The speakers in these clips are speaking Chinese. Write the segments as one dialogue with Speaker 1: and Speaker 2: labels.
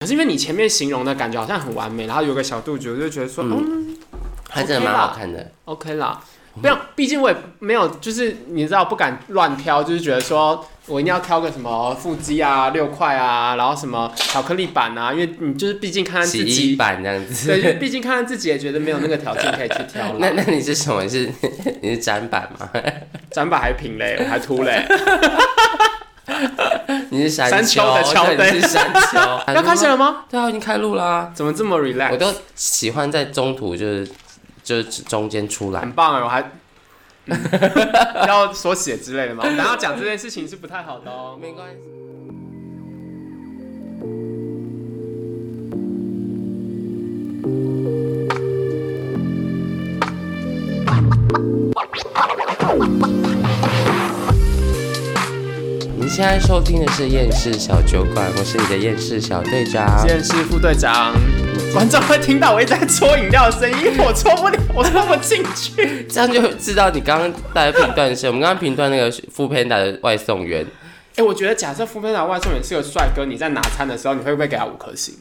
Speaker 1: 可是因为你前面形容的感觉好像很完美，然后有个小肚子，我就觉得说，嗯
Speaker 2: 还真的蛮好看的。
Speaker 1: ，OK 啦。不要，毕竟我也没有，就是你知道不敢乱挑，就是觉得说我一定要挑个什么腹肌啊、六块啊，然后什么巧克力板啊，因为你就是毕竟看看
Speaker 2: 洗
Speaker 1: 自
Speaker 2: 衣
Speaker 1: 己，
Speaker 2: 板这样子。
Speaker 1: 对，毕竟看看自己也觉得没有那个条件可以去挑了。
Speaker 2: 那那你是什么？你是你是砧板吗？
Speaker 1: 展板还平嘞，我还秃嘞。
Speaker 2: 你是山
Speaker 1: 山丘的丘
Speaker 2: 对你是山 丘。啊
Speaker 1: 要开始了吗？
Speaker 2: 对啊，已经开录啦。
Speaker 1: 怎么这么
Speaker 2: 我
Speaker 1: relax？
Speaker 2: 都喜欢在中途就是就是中间出来
Speaker 1: 很。棒哎，我还、 嗯要缩写之类的吗？我们等下讲这件事情是不太好的哦。
Speaker 2: 没关系。您现在收听的是《厌世小酒馆》，我是你的厌世小队长
Speaker 1: 今。天是副队长，观众会听到我一直在搓饮料的声音，我搓不了，我搓不进 去。
Speaker 2: 这样就知道你刚刚大家评断是，我们刚刚评断那个副 panda 的外送员，
Speaker 1: 哎、我觉得假设副班长外送员是个帅哥，你在拿餐的时候，你会不会给他五颗星？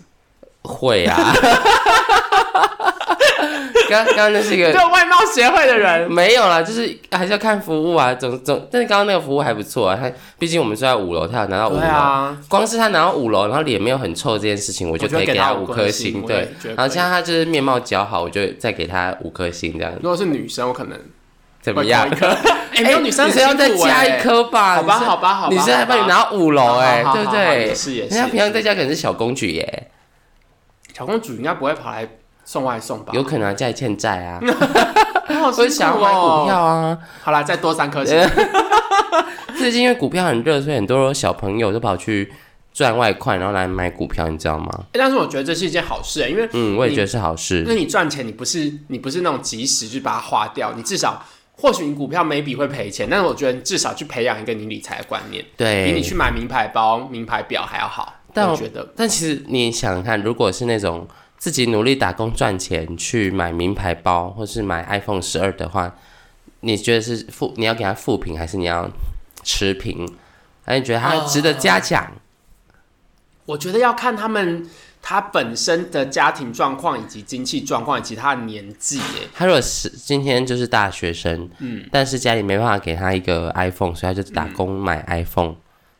Speaker 2: 会啊。 刚刚刚那是一个
Speaker 1: 对外貌协会的人，
Speaker 2: 没有啦，就是还是要看服务啊，总总，但是刚刚那个服务还不错啊，他毕竟我们是在五楼，他有拿到五楼，
Speaker 1: 对啊，
Speaker 2: 光是他拿到五楼，然后脸没有很臭这件事情，我就
Speaker 1: 我觉得
Speaker 2: 可以
Speaker 1: 给他
Speaker 2: 他
Speaker 1: 五
Speaker 2: 五
Speaker 1: 颗
Speaker 2: 颗
Speaker 1: 星我也
Speaker 2: 对
Speaker 1: 觉得，
Speaker 2: 然后
Speaker 1: 可以
Speaker 2: 加上他就是面貌姣好，我就再给他五颗星这样，
Speaker 1: 如果是女生，我可能
Speaker 2: 怎么
Speaker 1: 会
Speaker 2: 样
Speaker 1: 扣一？颗。 哎、没有女生
Speaker 2: 你
Speaker 1: 很
Speaker 2: 是
Speaker 1: 辛苦欸、
Speaker 2: 要再 加一颗吧？
Speaker 1: 好吧
Speaker 2: 女生
Speaker 1: 好吧好吧
Speaker 2: 女生还帮你拿到五楼哎，
Speaker 1: 好好好好
Speaker 2: 对不
Speaker 1: 好
Speaker 2: 对？
Speaker 1: 也是也是
Speaker 2: 人家平
Speaker 1: 也
Speaker 2: 常
Speaker 1: 是
Speaker 2: 在家可能是小公举耶，
Speaker 1: 小公主应该不会跑来送外送吧？
Speaker 2: 有可能家里欠债啊，
Speaker 1: 好
Speaker 2: 或者
Speaker 1: 辛
Speaker 2: 想要
Speaker 1: 苦
Speaker 2: 买股
Speaker 1: 哦。
Speaker 2: 票啊。
Speaker 1: 好啦，再多三颗 星。
Speaker 2: 最近因为股票很热，所以很多小朋友都跑去赚外快，然后来买股票，你知道吗？
Speaker 1: 欸但是我觉得这是一件好事、欸，因为
Speaker 2: 嗯，我也觉得是好
Speaker 1: 因
Speaker 2: 事。
Speaker 1: 为你赚钱，你不是你不是那种及时去把它花掉，你至少或许你股票 maybe 会赔钱，但是我觉得你至少去培养一个你理财的观念，比你
Speaker 2: 对，
Speaker 1: 去买名牌包、名牌表还要好。
Speaker 2: 哎但
Speaker 1: 我
Speaker 2: 我
Speaker 1: 觉得
Speaker 2: 但其实你想想看，如果是那种自己努力打工赚钱去买名牌包，或是买 iPhone 十二的话，你觉得是负你要给他负评，还是你要持平？哎，你觉得他
Speaker 1: 哦
Speaker 2: 值得嘉奖？
Speaker 1: 我觉得要看他们他本身的家庭状况，以及经济状况，以及他的年纪、欸。
Speaker 2: 他如果是今天就是大学生，嗯，但是家里没办法给他一个 iPhone，所以他就
Speaker 1: 嗯
Speaker 2: 打工买 iPhone。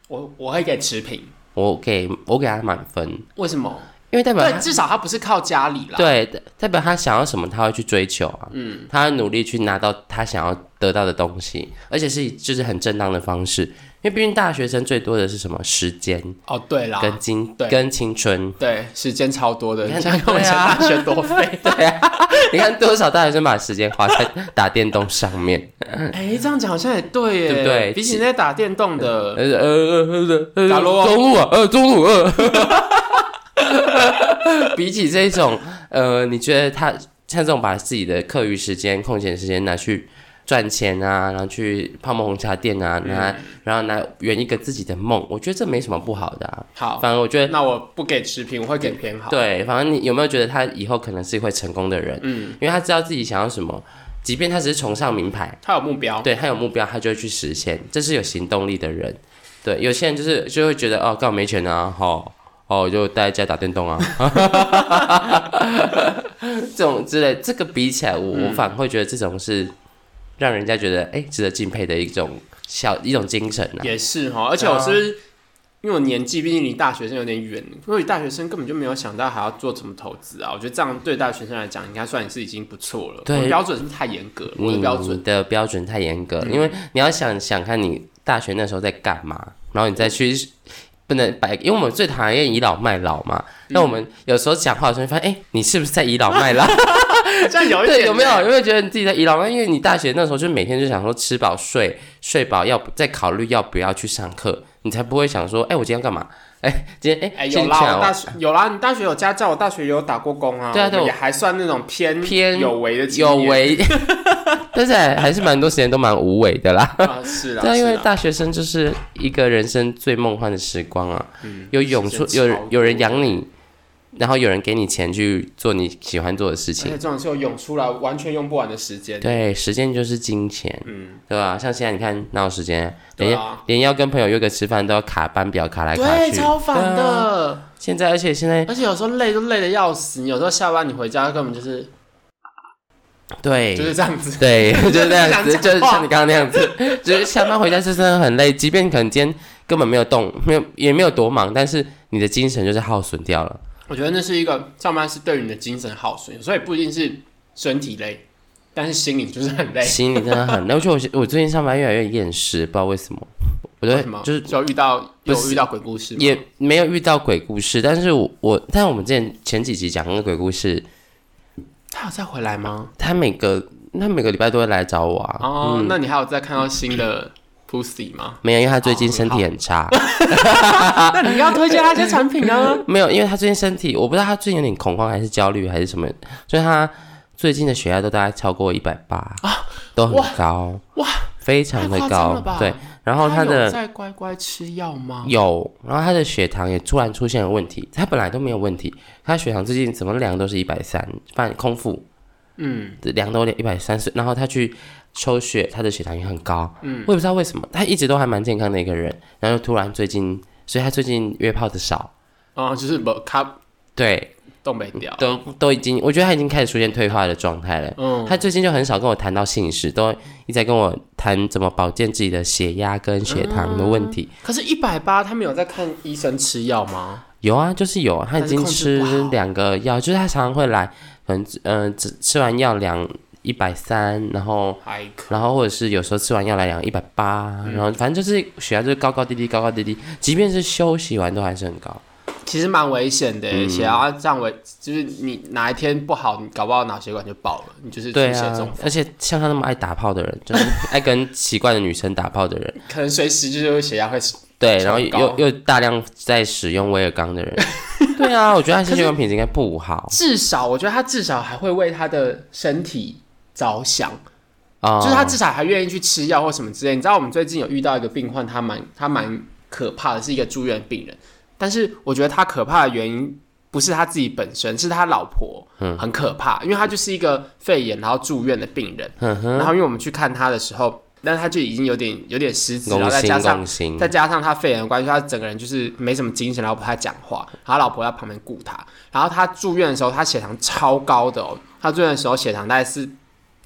Speaker 1: 我我会给持平，
Speaker 2: 我给我给他满分，
Speaker 1: 为什么？
Speaker 2: 因为代表
Speaker 1: 对，
Speaker 2: 他
Speaker 1: 至少他不是靠家里啦。
Speaker 2: 对代表他想要什么，他会去追求啊，嗯，他会努力去拿到他想要得到的东西，而且是以就是很正当的方式，因为毕竟大学生最多的是什么时间
Speaker 1: 哦，对啦，
Speaker 2: 跟金
Speaker 1: 对，
Speaker 2: 跟青春
Speaker 1: 对，时间超多的，
Speaker 2: 你
Speaker 1: 你
Speaker 2: 看
Speaker 1: 想看我以前
Speaker 2: 对啊
Speaker 1: 大学多废。
Speaker 2: 对啊，你看多少大学生把时间花在打电动上面，
Speaker 1: 哎、这样讲好像也对耶，
Speaker 2: 对不对
Speaker 1: 比起那些打电动的，
Speaker 2: 呃呃呃呃，
Speaker 1: 打咯
Speaker 2: 中午啊， 呃中午呃，比起这种呃，你觉得他像这种把自己的课余时间、空闲时间拿去赚钱啊，然后去泡沫红茶店啊，
Speaker 1: 嗯
Speaker 2: 拿、然后拿圆一个自己的梦，我觉得这没什么不好的、啊。
Speaker 1: 好，
Speaker 2: 反而我觉得
Speaker 1: 那我不给持平，我会给偏好。
Speaker 2: 对，反正你有没有觉得他以后可能是会成功的人？嗯，因为他知道自己想要什么，即便他只是崇尚名牌。
Speaker 1: 他有目标，
Speaker 2: 对他有目标，他就会去实现，这是有行动力的人。对，有些人就是就会觉得哦，干我没钱啊，好、哦，我就待在家打电动啊， 这种之类，这个比起来，我我反而会觉得这种是让人家觉得哎、值得敬佩的一种小一种精神啊。
Speaker 1: 也是哈。而且我是、因为我年纪毕竟离大学生有点远，所以大学生根本就没有想到还要做什么投资啊。我觉得这样对大学生来讲，应该算也是已经不错了。
Speaker 2: 对嗯
Speaker 1: 我的标准是不是太严格了？我的
Speaker 2: 你
Speaker 1: 标准， 嗯
Speaker 2: 的标准太严格，因为你要想想看你大学那时候在干嘛，然后你再去不能摆，因为我们最讨厌倚老卖老嘛。
Speaker 1: 嗯
Speaker 2: 那我们有时候讲话的时候，发现哎、你是不是在倚老 卖老？
Speaker 1: 这样有一点
Speaker 2: 对，有没有？有没有觉得你自己在倚老卖？因为你大学那时候就每天就想说吃饱睡，睡饱要不再考虑要不要去上课，你才不会想说，哎、我今天要干嘛？哎、今天哎、
Speaker 1: 哎、
Speaker 2: 今
Speaker 1: 有
Speaker 2: 天
Speaker 1: 啦，
Speaker 2: 去哪
Speaker 1: 我大学有啦，你大学有家教，我大学也有打过工啊，
Speaker 2: 对啊对
Speaker 1: 我们
Speaker 2: 我
Speaker 1: 也还算那种偏
Speaker 2: 偏
Speaker 1: 有为的经
Speaker 2: 有
Speaker 1: 验
Speaker 2: 为， 但是还还是蛮多时间都蛮无为的啦。
Speaker 1: 啊，是啊，
Speaker 2: 对啊，因为
Speaker 1: 是啊
Speaker 2: 大学生就是一个人生最梦幻的时光啊，有涌出
Speaker 1: 时间
Speaker 2: 有
Speaker 1: 嗯超
Speaker 2: 有人养你，然后有人给你钱去做你喜欢做的事
Speaker 1: 而且
Speaker 2: 情。
Speaker 1: 这种是有涌出来完全用不完的时间。
Speaker 2: 对，时间就是金钱，
Speaker 1: 嗯，
Speaker 2: 对吧？像现在你看哪有时间，
Speaker 1: 对
Speaker 2: 连、
Speaker 1: 啊，
Speaker 2: 连要跟朋友约个吃饭都要卡班表，卡来哎卡
Speaker 1: 对，
Speaker 2: 去。
Speaker 1: 超烦
Speaker 2: 对啊
Speaker 1: 的。
Speaker 2: 现在而且现在
Speaker 1: 而且有时候累都累得要死，你有时候下班你回家根本就是
Speaker 2: 对、
Speaker 1: 就是这样子，
Speaker 2: 对，就是那样子，
Speaker 1: 想讲话
Speaker 2: 就是像你刚刚那样子，就是下班回家是真的很累，即便可能今天根本没有动，没有也没有多忙，但是你的精神就是耗损掉了。
Speaker 1: 我觉得那是一个上班是对你的精神耗损，有时候也不一定是身体累，但是心灵就是很 累。
Speaker 2: 心里真的很累。而且我我最近上班越来越厌世，不知道为什么。我觉
Speaker 1: 为
Speaker 2: 得
Speaker 1: 什么？
Speaker 2: 就是
Speaker 1: 就遇到
Speaker 2: 不
Speaker 1: 有
Speaker 2: 是
Speaker 1: 遇到鬼故事吗，
Speaker 2: 也没有遇到鬼故事，但是我我但我们之前前几集讲那个鬼故事，
Speaker 1: 他有再回来吗？
Speaker 2: 他每个他每个礼拜都会来找我啊。
Speaker 1: 哦，那你还有再看到新 的 Pussy 吗？
Speaker 2: 没有，因为他最近身体很差。
Speaker 1: 哦
Speaker 2: 啊
Speaker 1: 那你要推荐他一些产品 啊。
Speaker 2: 没有，因为他最近身体，我不知道他最近有点恐慌还是焦虑还是什么，所以他最近的血压都大概超过一百八啊，都很高
Speaker 1: 哇，
Speaker 2: 非常的
Speaker 1: 太夸张
Speaker 2: 高
Speaker 1: 了吧。
Speaker 2: 对，然后他的
Speaker 1: 有在乖乖吃药吗？
Speaker 2: 有，然后他的血糖也突然出现了问题，他本来都没有问题，他血糖最近怎么量都是一百三，半空腹，
Speaker 1: 嗯，
Speaker 2: 量都一百三十，然后他去抽血，他的血糖也很高，嗯，我也不知道为什么，他一直都还蛮健康的一个人，然后突然最近，所以他最近约炮的少，
Speaker 1: 哦，就是不卡
Speaker 2: 对，
Speaker 1: 东北掉。
Speaker 2: 都都已经，我觉得他已经开始出现退化的状态了。
Speaker 1: 嗯，
Speaker 2: 他最近就很少跟我谈到性事，都一直在跟我谈怎么保健自己的血压跟血糖的问题。
Speaker 1: 可是，一百八，他们有在看医生吃药吗？
Speaker 2: 有啊，就是有啊，他已
Speaker 1: 但是
Speaker 2: 经
Speaker 1: 控制
Speaker 2: 吃
Speaker 1: 不好
Speaker 2: 两个药，就是他常常会来，嗯嗯、吃吃完药量一百三，然后
Speaker 1: 还
Speaker 2: 然后或者是有时候吃完药来量一百八，
Speaker 1: 嗯
Speaker 2: 然后反正就是血压就是高高低低，高高低低，即便是休息完都还是很高。
Speaker 1: 其实蛮危险的
Speaker 2: 嗯
Speaker 1: 耶，血压这样危，就是你哪一天不好，你搞不好脑血管就爆了，你就是出
Speaker 2: 对
Speaker 1: 血这
Speaker 2: 啊
Speaker 1: 种，，
Speaker 2: 而且像他那么爱打炮的人，就是爱跟奇怪的女生打炮 的人，
Speaker 1: 可能随时就是血压会。
Speaker 2: 对，
Speaker 1: 超
Speaker 2: 然后又
Speaker 1: 高
Speaker 2: 又又大量在使用威尔刚 的人，对啊，我觉得他心血管品质应该不好
Speaker 1: 至少我觉得他至少还会为他的身体着想，
Speaker 2: 啊，
Speaker 1: 就是他至少还愿意去吃药或什么之类。你知道我们最近有遇到一个病患，他蛮他蛮可怕的，是一个住院病人。但是我觉得他可怕的原因不是他自己本身，是他老婆，
Speaker 2: 嗯
Speaker 1: 很可怕，因为他就是一个肺炎然后住院的病人。
Speaker 2: 嗯哼，
Speaker 1: 然后因为我们去看他的时候，但他就已经有点有点失职，然后
Speaker 2: 共
Speaker 1: 再
Speaker 2: 心
Speaker 1: 加上
Speaker 2: 共心
Speaker 1: 再，加上他肺炎的关系，他整个人就是没什么精神，然后不太讲话，然后他老婆在旁边顾他。然后他住院的时候，他血糖超高的哦，他住院的时候血糖大概是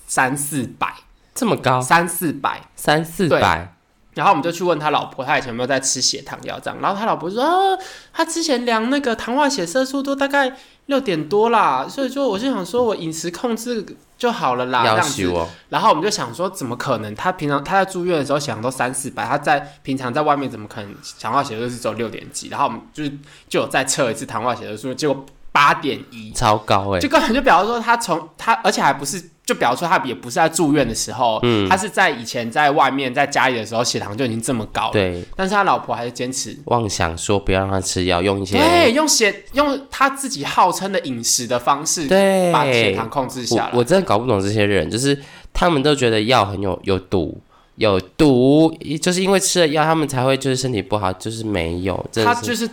Speaker 1: 三四百，
Speaker 2: 这么高，
Speaker 1: 三四百。
Speaker 2: 三四
Speaker 1: 对
Speaker 2: 百。
Speaker 1: 然后我们就去问他老婆，他以前有没有在吃血糖药这样。然后他老婆说，啊、他之前量那个糖化血色素都大概六点多啦，所以说我就想说我饮食控制就好了啦，这
Speaker 2: 要
Speaker 1: 样
Speaker 2: 死
Speaker 1: 子。
Speaker 2: 我！
Speaker 1: 然后我们就想说，怎么可能？他平常他在住院的时候血糖都三四百，他在平常在外面怎么可能糖化血色素只有六点几？然后我们就是就有再测一次糖化血色素，结果八点一，
Speaker 2: 超高哎、
Speaker 1: 就根本就表示说他从他，而且还不是就表示说他也不是在住院的时候，
Speaker 2: 嗯
Speaker 1: 他是在以前在外面在家里的时候血糖就已经这么高了，
Speaker 2: 对，
Speaker 1: 但是他老婆还是坚持
Speaker 2: 妄想说不要让他吃药，用一些
Speaker 1: 对用血用他自己号称的饮食的方式
Speaker 2: 对
Speaker 1: 把血糖控制下
Speaker 2: 我
Speaker 1: 来，
Speaker 2: 我真的搞不懂这些人，就是他们都觉得药很有有毒，有毒，就是因为吃了药，他们才会就是身体不好，就是没有，真
Speaker 1: 他
Speaker 2: 的是
Speaker 1: 就是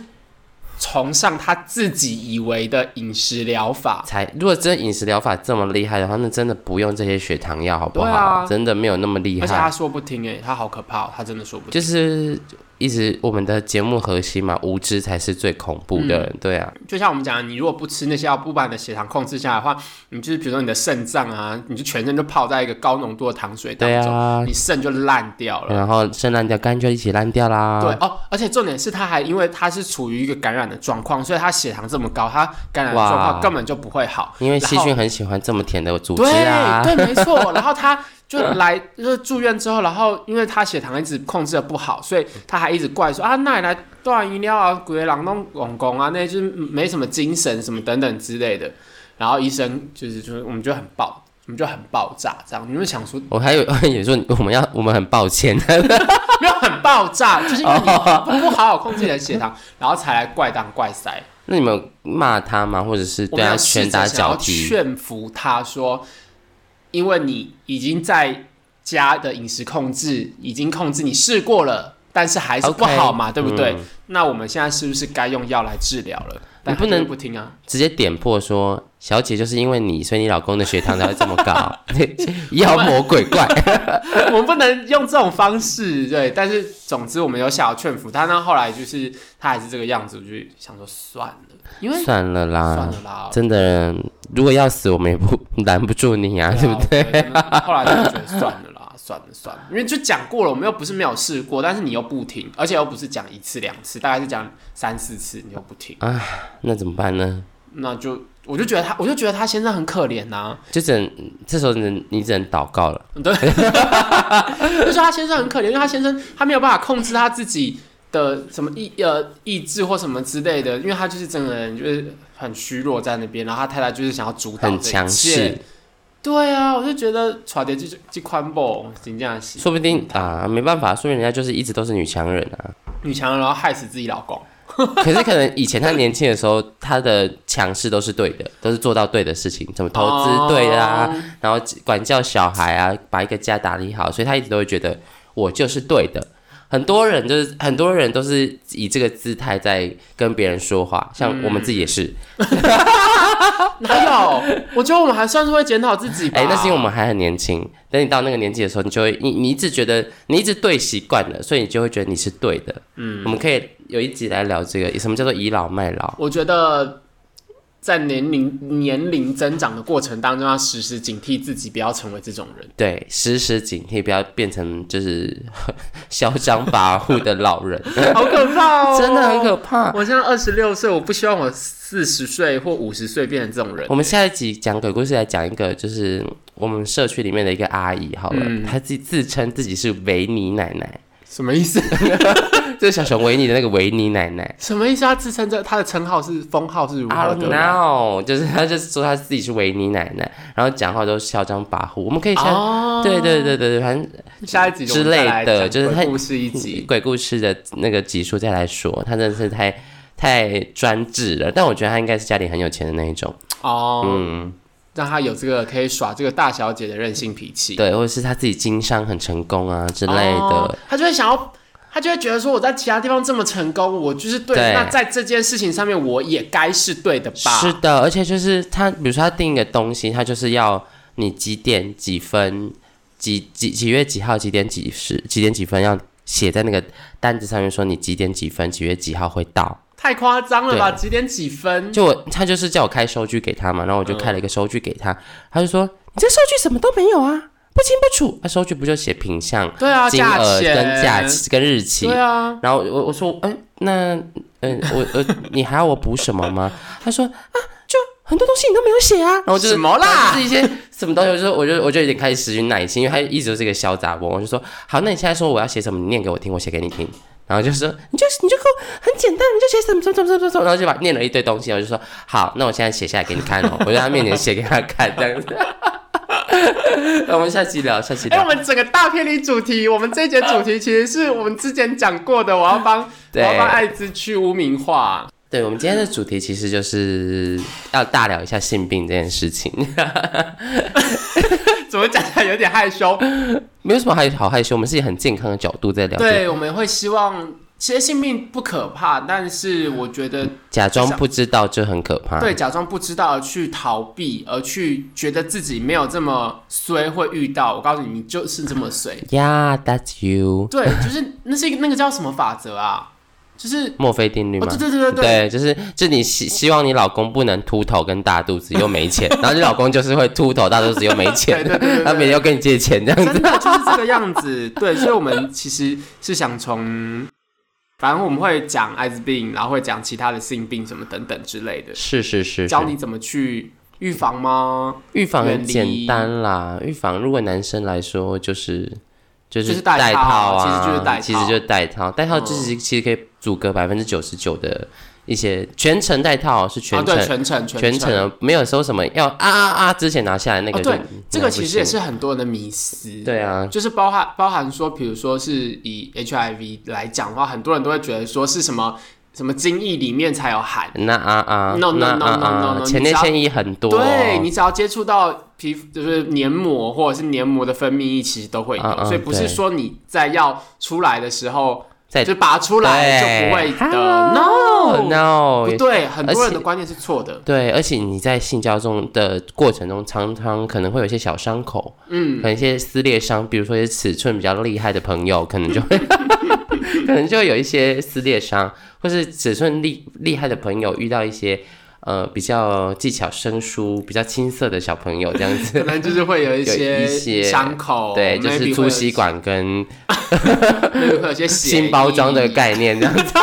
Speaker 1: 崇尚他自己以为的饮食疗法。
Speaker 2: 才。如果真的饮食疗法这么厉害的话，那真的不用这些血糖药，好不好？
Speaker 1: 对啊
Speaker 2: 真的没有那么厉
Speaker 1: 而且他
Speaker 2: 害，
Speaker 1: 说不听哎、他好可怕、哦，他真的说不听。
Speaker 2: 就是。一直我们的节目核心嘛，无知才是最恐怖的，
Speaker 1: 嗯
Speaker 2: 对啊，
Speaker 1: 就像我们讲的，你如果不吃那些药，不把你的血糖控制下来的话，你就是比如说你的肾脏啊，你就全身就泡在一个高浓度的糖水当
Speaker 2: 对
Speaker 1: 中，
Speaker 2: 啊，
Speaker 1: 你肾就烂掉了。
Speaker 2: 然后肾烂掉，肝就一起烂掉啦，
Speaker 1: 对哦，而且重点是他还因为他是处于一个感染的状况，所以他血糖这么高，他感染的状
Speaker 2: 哇
Speaker 1: 况根本就不会好。
Speaker 2: 因为细菌很喜欢这么甜的组织
Speaker 1: 对、
Speaker 2: 啊。
Speaker 1: 对，没错。然后他就来就是住院之后，然后因为他血糖一直控制的不好，所以他还一直怪说啊，那你来断饮料啊，鬼狼弄拱拱啊，那就是没什么精神什么等等之类的。然后医生就是就是我们就很爆，我们就很爆炸这样，你们想说
Speaker 2: 我还有 也说我们要我们很抱歉，
Speaker 1: 没有很爆炸，就是因为你
Speaker 2: 哦
Speaker 1: 不不好好控制你的血糖，然后才来怪当怪塞。
Speaker 2: 那你们有骂他吗？或者是
Speaker 1: 我
Speaker 2: 对
Speaker 1: 们
Speaker 2: 他
Speaker 1: 要试
Speaker 2: 拳
Speaker 1: 着
Speaker 2: 打
Speaker 1: 想
Speaker 2: 脚
Speaker 1: 要
Speaker 2: 踢？
Speaker 1: 劝服他说，因为你已经在家的饮食控制已经控制，你试过了，但是还是不好嘛对不对？
Speaker 2: 嗯
Speaker 1: 那我们现在是不是该用药来治疗了？但他
Speaker 2: 不
Speaker 1: 就是
Speaker 2: 能
Speaker 1: 不听啊，
Speaker 2: 直接点破说，小姐就是因为你，所以你老公的血糖才会这么 高，妖魔鬼怪。
Speaker 1: 我们不能用这种方式，对。但是总之我们有想要劝服他，那后来就是他还是这个样子，我就想说算了，因为
Speaker 2: 算了啦，
Speaker 1: 算了啦，
Speaker 2: 真的，如果要死，我们也不拦不住你啊，对不对？
Speaker 1: 对啊？我觉得后来就觉得算了啦，算了算了，因为就讲过了，我们又不是没有试过，但是你又不听，而且又不是讲一次两次，大概是讲三四次，你又不听，
Speaker 2: 啊那怎么办呢？
Speaker 1: 那就我就觉得他，我就觉得他先生很可怜呐、
Speaker 2: 就只能这时候只能你只能祷告了。
Speaker 1: 对，就是他先生很可怜，因为他先生他没有办法控制他自己的什么意呃意志或什么之类的，因为他就是整个人就是很虚弱在那边，然后他太太就是想要主导
Speaker 2: 很
Speaker 1: 这一
Speaker 2: 强
Speaker 1: 切
Speaker 2: 势。
Speaker 1: 对啊，我就觉得传的这这宽博，真正是
Speaker 2: 说不定啊，没办法，说不定人家就是一直都是女强人啊。
Speaker 1: 女强人，然后害死自己老公。
Speaker 2: 可是可能以前她年轻的时候，她的强势都是对的，都是做到对的事情，怎么投资对啊，
Speaker 1: 哦
Speaker 2: 然后管教小孩啊，把一个家打理好，所以她一直都会觉得我就是对的。很多人就是很多人都是以这个姿态在跟别人说话，像我们自己也是。
Speaker 1: 哪有？我觉得我们还算是会检讨自己吧。
Speaker 2: 哎、那是因为我们还很年轻。等你到那个年纪的时候，你就会你你一直觉得你一直对习惯了，所以你就会觉得你是对的。嗯，我们可以有一集来聊这个，什么叫做倚老卖老？
Speaker 1: 我觉得在年龄年龄增长的过程当中，要时时警惕自己，不要成为这种 人。
Speaker 2: 对，时时警惕，不要变成就是 嚣张跋扈的老人，
Speaker 1: 好可怕哦！
Speaker 2: 真的很可怕。
Speaker 1: 我现在二十六岁，我不希望我四十岁或五十岁变成这种人。
Speaker 2: 我们下一集讲鬼故事，来讲一个就是我们社区里面的一个阿姨，好了，
Speaker 1: 嗯
Speaker 2: 她自己自称自己是维尼奶奶，
Speaker 1: 什么意思？
Speaker 2: 就是小熊维尼的那个维尼奶奶。
Speaker 1: 什么意思？他自称这他的称号是封号是如
Speaker 2: I
Speaker 1: 何
Speaker 2: don't
Speaker 1: 得来？
Speaker 2: know，就是 他就是说他自己是维尼奶奶，然后讲话都嚣张跋扈。我们可以下，
Speaker 1: 哦
Speaker 2: 对对对对对，反正
Speaker 1: 下一集我们再来
Speaker 2: 之类的
Speaker 1: 讲
Speaker 2: 就是他
Speaker 1: 鬼故事一集。
Speaker 2: 鬼故事的那个集数再来说，他真的是太太专制了。但我觉得他应该是家里很有钱的那一种，
Speaker 1: 哦，
Speaker 2: 嗯，
Speaker 1: 让他有这个可以耍这个大小姐的任性脾气
Speaker 2: 对，或者是他自己经商很成功啊
Speaker 1: 之
Speaker 2: 之类的。，
Speaker 1: 哦他就会想要。他就会觉得说我在其他地方这么成功，我就是对的，
Speaker 2: 对
Speaker 1: 那在这件事情上面我也该是对的吧？
Speaker 2: 是的，而且就是他，比如说他定一个东西，他就是要你几点几分，几几几月几号，几点几时，几点几分要写在那个单子上面，说你几点几分，几月几号会到。
Speaker 1: 太夸张了吧？
Speaker 2: 对
Speaker 1: 几点几分？
Speaker 2: 就我他就是叫我开收据给他嘛，然后我就开
Speaker 1: 嗯
Speaker 2: 了一个收据给他，他就说你这收据什么都没有啊，不清不楚。那、收据不就写品相、
Speaker 1: 对啊，
Speaker 2: 金
Speaker 1: 价
Speaker 2: 额
Speaker 1: 钱
Speaker 2: 跟假，期跟日期？
Speaker 1: 对啊，
Speaker 2: 然后我我说，嗯，那嗯，我呃，你还要我补什么 吗？他说啊，就很多东西你都没有写啊。然后就是
Speaker 1: 什么啦
Speaker 2: 就是一些什么东西，我就我就我就有点开始失去耐心，因为他一直都是一个小杂文。我就说，好，那你现在说我要写什么，你念给我听，我写给你听。然后就说，你就你就给我很简单，你就写什么什么什么什么什么，然后就把念了一堆东西，我就说好，那我现在写下来给你看哦， 我在他面前写给他看这样子。 那我们下期聊，下期
Speaker 1: 哎、
Speaker 2: 聊
Speaker 1: 我。们整个大片里主题，我们这一节主题其实是我们之前讲过的，我要帮我
Speaker 2: 对
Speaker 1: 要帮艾滋去污名化。
Speaker 2: 对，我们今天的主题其实就是要大聊一下性病这件事情，
Speaker 1: 怎么讲起来有点害羞？
Speaker 2: 没有什么害好害羞，我们是以很健康的角度在聊，，
Speaker 1: 对，我们会希望，其实性病不可怕，但是我觉得
Speaker 2: 假装不知道就很可怕。
Speaker 1: 啊对假装不知道而去逃避，而去觉得自己没有这么衰会遇到。我告诉你，你就是这么衰。
Speaker 2: ，Yeah，that's you，
Speaker 1: 对，就是那是一个那个叫什么法则啊？ 就是
Speaker 2: 墨菲定律
Speaker 1: 哦，
Speaker 2: 吗？
Speaker 1: 对对对对对，
Speaker 2: 对，就是就你希希望你老公不能秃头跟大肚子又没钱，然后你老公就是会秃头大肚子又没钱，
Speaker 1: 对对 对对对
Speaker 2: 他每天要跟你借钱这样子。
Speaker 1: 真的就是这个样子。对，所以我们其实是想从，反正我们会讲艾滋病，然后会讲其他的性病什么等等之类的，
Speaker 2: 是是是，
Speaker 1: 教
Speaker 2: 是
Speaker 1: 你怎么去预防吗？
Speaker 2: 预防
Speaker 1: 远
Speaker 2: 很
Speaker 1: 离
Speaker 2: 简单啦，预防如果男生来说就是就
Speaker 1: 就是是戴
Speaker 2: 戴
Speaker 1: 套
Speaker 2: 套
Speaker 1: 其
Speaker 2: 啊，
Speaker 1: 实就是戴套嗯
Speaker 2: 其实就是戴套，戴套就是其实可以阻隔百分之九十九的一些全程戴套是
Speaker 1: 啊，
Speaker 2: 全程、
Speaker 1: 对，全程
Speaker 2: 全
Speaker 1: 全
Speaker 2: 程的，没有说什么要啊啊啊之前拿下来那个
Speaker 1: 哦
Speaker 2: 就、
Speaker 1: 对这个
Speaker 2: 那不
Speaker 1: 其实也
Speaker 2: 行
Speaker 1: 是很多人的迷思。
Speaker 2: 对啊，
Speaker 1: 就是包含包含说，比如说是以 HIV 来讲的话，很多人都会觉得说是什么什么精液里面才有含，
Speaker 2: 那啊啊
Speaker 1: No, no,
Speaker 2: 那
Speaker 1: no,
Speaker 2: 啊
Speaker 1: no, no,
Speaker 2: 啊
Speaker 1: no，
Speaker 2: 前
Speaker 1: 你
Speaker 2: 列
Speaker 1: 只要
Speaker 2: 腺液很多、哦，
Speaker 1: 对你只要接触到皮肤，就是黏膜或者是黏膜的分泌液，其实都会有，
Speaker 2: 嗯嗯
Speaker 1: 所以不是
Speaker 2: 对
Speaker 1: 说你在要出来的时候
Speaker 2: 再
Speaker 1: 就拔出来就不会
Speaker 2: 对 Ah，
Speaker 1: 的。No
Speaker 2: no，
Speaker 1: 不对，很多
Speaker 2: 而
Speaker 1: 人
Speaker 2: 且
Speaker 1: 的观念是错的。
Speaker 2: 对，而且你在性交中的过程中，常常可能会有一些小伤口，
Speaker 1: 嗯
Speaker 2: 可，能一些撕裂伤，比如说一些尺寸比较厉害的朋友，可能就会， 可能就有一些撕裂伤，或是尺寸厉厉害的朋友遇到一些呃比较技巧生疏、比较青涩的小朋友这样
Speaker 1: 可
Speaker 2: 子，
Speaker 1: 能就是会有一
Speaker 2: 有一些
Speaker 1: 些伤口，
Speaker 2: 对，就
Speaker 1: maybe 会
Speaker 2: 是
Speaker 1: 有
Speaker 2: 粗吸管跟
Speaker 1: ，maybe 会有些血
Speaker 2: 新包装的
Speaker 1: 印
Speaker 2: 概念这样子，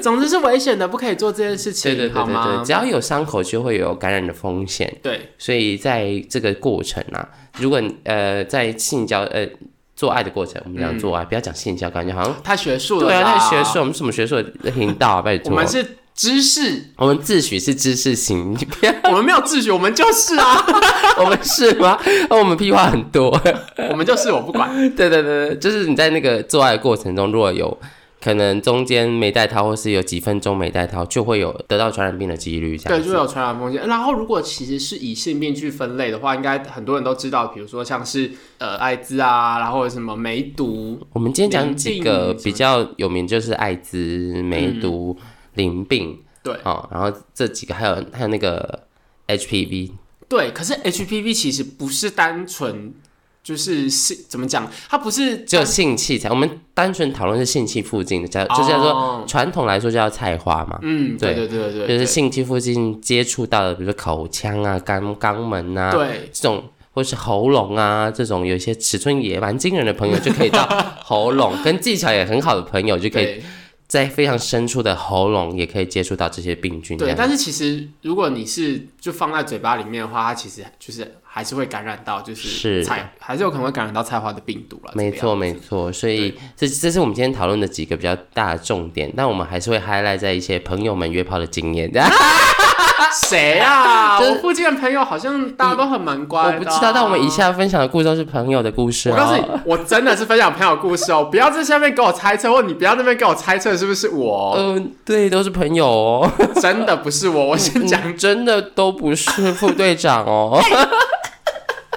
Speaker 1: 总之是危险的，不可以做这件事情，
Speaker 2: 对对对
Speaker 1: 好
Speaker 2: 对对，
Speaker 1: 吗
Speaker 2: 只？要有伤口就会有感染的风险。
Speaker 1: 对，
Speaker 2: 所以在这个过程啊，如果你呃在性交呃做爱的过程，我们讲
Speaker 1: 嗯
Speaker 2: 做爱，不要讲性交，感觉好像
Speaker 1: 太学术了，
Speaker 2: 对啊，太学术，，我们什么学术的频道啊，拜
Speaker 1: 我
Speaker 2: 托，
Speaker 1: 们是知识，
Speaker 2: 我们自诩是知识型， 你不要，
Speaker 1: 我们没有自学，我们就是啊，
Speaker 2: 我们是吗？哦，我们屁话很多，
Speaker 1: 我们就是，我不管，
Speaker 2: 对对对对，就是你在那个做爱的过程中，如果有可能中间没戴套，或是有几分钟没戴套，就会有得到传染病的几率，这样
Speaker 1: 对，
Speaker 2: 子
Speaker 1: 就会有传染风险。然后如果其实是以性病去分类的话，应该很多人都知道，比如说像是呃艾滋啊，然后什么梅毒，
Speaker 2: 我们今天讲几个
Speaker 1: 淋病嗯
Speaker 2: 比较有名，就是艾滋、梅毒、淋病，
Speaker 1: 对
Speaker 2: 哦，然后这几个还有还有那个 HPV，
Speaker 1: 对，可是 HPV 其实不是单纯。就是是怎么讲？它不是
Speaker 2: 只有性器材，我们单纯讨论是性器附近
Speaker 1: 哦
Speaker 2: 的，叫呃就是叫做
Speaker 1: 说，
Speaker 2: 传统来说叫菜花嘛，
Speaker 1: 嗯，对
Speaker 2: 对
Speaker 1: 对对对，
Speaker 2: 就是
Speaker 1: 对
Speaker 2: 性器附近接触到的，比如说口腔啊、肛肛门啊
Speaker 1: 对，
Speaker 2: 这种。或是喉咙啊，这种有一些尺寸也蛮惊人的朋友，就可以 到喉咙；跟技巧也很好的朋友，就可以
Speaker 1: 对
Speaker 2: 在非常深处的喉咙也可以接触到这些病菌。这
Speaker 1: 对，
Speaker 2: 样
Speaker 1: 但是其实如果你是就放在嘴巴里面的话，它其实就是还是会感染到，就是菜还是有可能会感染到菜花的病毒了。
Speaker 2: 没
Speaker 1: 这个
Speaker 2: 错，
Speaker 1: 样子
Speaker 2: 没错，所以这这是我们今天讨论的几个比较大的重点，但我们还是会 highlight 在一些朋友们约炮的经验。
Speaker 1: 谁啊？
Speaker 2: 就是
Speaker 1: 我附近的朋友好像大家都很蛮乖的
Speaker 2: 我
Speaker 1: 啊、
Speaker 2: 不知道，但我们以下分享的故事都是朋友的故事、哦。
Speaker 1: 我告诉你，我真的是分享朋友故事哦，不要在下面给我猜测，或你不要在那边给我猜测是不是我，哦
Speaker 2: 嗯、对，都是朋友哦，
Speaker 1: 真的不是我，我先 讲，
Speaker 2: 嗯真的都不是副队 长哦。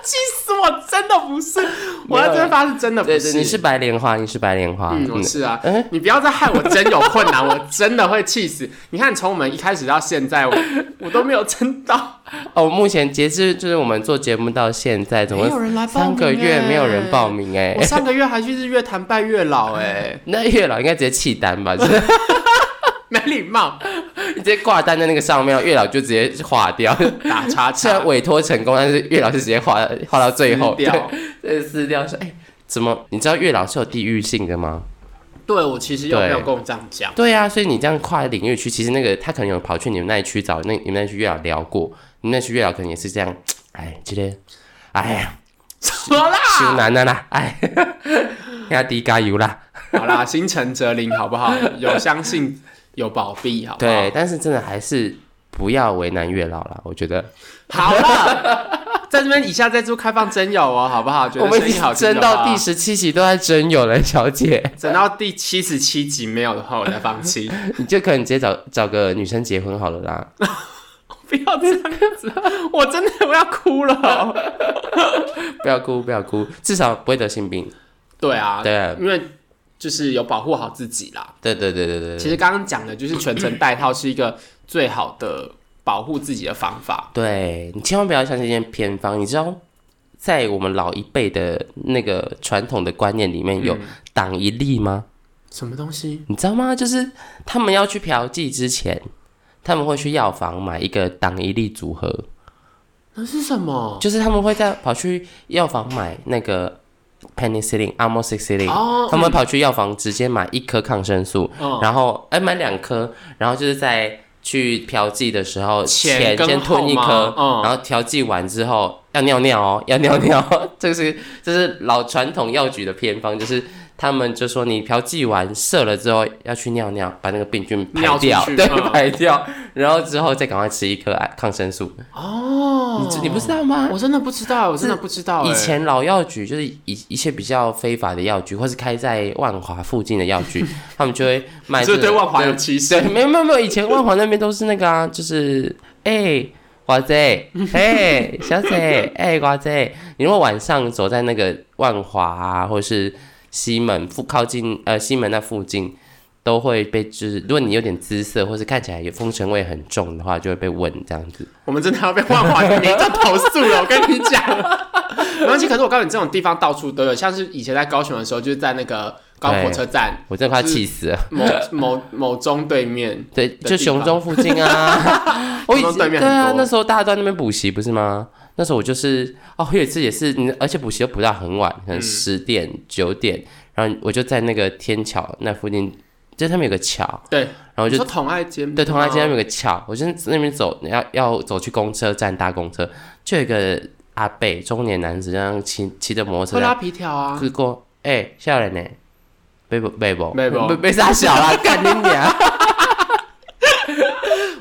Speaker 1: 气死我，真的不是，我
Speaker 2: 没
Speaker 1: 要
Speaker 2: 有
Speaker 1: 真的发誓，真的不
Speaker 2: 对
Speaker 1: 是，
Speaker 2: 对，你是白莲花，你是白莲花。
Speaker 1: 嗯，我是啊，
Speaker 2: 嗯
Speaker 1: 你不要再害我真有困难，我真的会气死。你看，从我们一开始到现 在，我我都没有撑到，
Speaker 2: 哦，目前截至就是我们做节目到现在，总共
Speaker 1: 人来
Speaker 2: 三个月没有人报
Speaker 1: 名
Speaker 2: 名哎、
Speaker 1: 欸。我上个月还去日月潭拜月老、欸，
Speaker 2: 那月老应该直接弃单吧？就是
Speaker 1: 没礼貌，
Speaker 2: 直接挂单在那个上面，月老就直接划掉。
Speaker 1: 打叉
Speaker 2: 虽然
Speaker 1: 叉，
Speaker 2: 委托成功，但是月老是直接划划到最后，
Speaker 1: 撕掉。
Speaker 2: 对，撕掉说，哎、怎么？你知道月老是有地域性的吗？
Speaker 1: 对我其实有朋友
Speaker 2: 对
Speaker 1: 跟我这样讲，
Speaker 2: 对啊，所以你这样跨领域区，其实那个他可能有跑去你们那一区找那你们那一区月老聊过，你们那区月老可能也是这样，哎，今天，哎呀，
Speaker 1: 说啦，
Speaker 2: 修难了啦，哎， 压低加油啦，
Speaker 1: 好啦，心诚则灵，好不好？有相信有保庇，好不好？
Speaker 2: 对，，但是真的还是不要为难月老啦，我觉得
Speaker 1: 好了，在这边以下再度开放真友哦，好不好？觉
Speaker 2: 我
Speaker 1: 得
Speaker 2: 们
Speaker 1: 声
Speaker 2: 已
Speaker 1: 音好
Speaker 2: 经
Speaker 1: 听的
Speaker 2: 争到
Speaker 1: 话
Speaker 2: 第十七集都在争有了，小姐，
Speaker 1: 整到第七十七集没有的话，我再放弃。
Speaker 2: 你就可能直接找找个女生结婚好了啦。
Speaker 1: 不要这样子，啊我真的我要哭了。
Speaker 2: 不要哭，不要哭，至少不会得性病。
Speaker 1: 对啊，
Speaker 2: 对啊，
Speaker 1: 因为就是有保护好自己啦。
Speaker 2: 对对对对对
Speaker 1: 其
Speaker 2: 对。
Speaker 1: 实刚刚讲的就是全程戴套是一个最好的保护自己的方法。
Speaker 2: 对你千万不要相信一些偏方，你知道，在我们老一辈的那个传统的观念里面有党一例吗？
Speaker 1: 什么东西？
Speaker 2: 你知道吗？就是他们要去嫖妓之前，他们会去药房买一个党一例组合，
Speaker 1: 那是什么？
Speaker 2: 就是他们会在跑去药房买那个 penicillin、amoxicillin，、
Speaker 1: 哦，
Speaker 2: 他们会跑去药房直接买一颗抗生素，
Speaker 1: 嗯
Speaker 2: 然后哎、买两颗，然后就是在去嫖妓的时候
Speaker 1: 前
Speaker 2: 前
Speaker 1: 跟
Speaker 2: 先
Speaker 1: 后
Speaker 2: 吞一
Speaker 1: 吗
Speaker 2: 颗，
Speaker 1: 嗯
Speaker 2: 然后调剂完之后要尿尿哦，要尿尿， 这是这是老传统药局的偏方，就是他们就说你嫖妓完射了之后要去尿尿，把那个病菌排
Speaker 1: 尿出
Speaker 2: 掉，
Speaker 1: 去
Speaker 2: 对，
Speaker 1: 嗯
Speaker 2: 排掉，然后之后再赶快吃一颗哎抗生素，
Speaker 1: 哦，
Speaker 2: 你你不知道吗？
Speaker 1: 我真的不知道，我真的不知道欸。
Speaker 2: 以前老药局就是一一些比较非法的药局，或是开在万华附近的药 局，他们就会卖这
Speaker 1: 所以
Speaker 2: 个。
Speaker 1: 对万华有歧视
Speaker 2: 对，。 没有没有没有，以前万华那边都是那个啊，就是哎、华仔，哎、小姐，哎、瓜仔，你如果晚上走在那个万华啊，或者是西门附靠近呃西门那附近，都会被就是如果你有点姿色或是看起来有风尘味很重的话，就会被问这样子。
Speaker 1: 我们真的要被万华的民众投诉了，我跟你讲。 没关系，可是我告诉你，这种地方到处都有，像是以前在高雄的时候，就是在那个高火车站
Speaker 2: 我真的快要气死了。
Speaker 1: 某某某中对面，
Speaker 2: 对，
Speaker 1: 的
Speaker 2: 就
Speaker 1: 地
Speaker 2: 雄
Speaker 1: 方
Speaker 2: 中附近 啊，我以
Speaker 1: 雄中对
Speaker 2: 前
Speaker 1: 面
Speaker 2: 对啊
Speaker 1: 很，多
Speaker 2: 那时候大家都在那边补习不是吗？那时候我就是哦，有一次也是，你而且补习又补到很晚，
Speaker 1: 嗯
Speaker 2: 可能十点九、9点，然后我就在那个天桥那附近，就是他们有个桥，
Speaker 1: 对
Speaker 2: 然后
Speaker 1: 你
Speaker 2: 就
Speaker 1: 说同爱街，
Speaker 2: 对，同安街那边
Speaker 1: 哦，
Speaker 2: 有个桥，我就在那边走，要要走去公车站搭公车，就有一个阿伯中年男子这样骑骑着摩托车
Speaker 1: 会
Speaker 2: 这
Speaker 1: 拉
Speaker 2: 样，
Speaker 1: 皮条啊，
Speaker 2: 是过哎笑人呢，被不被不
Speaker 1: 被不
Speaker 2: 被被傻 小啦，干你娘！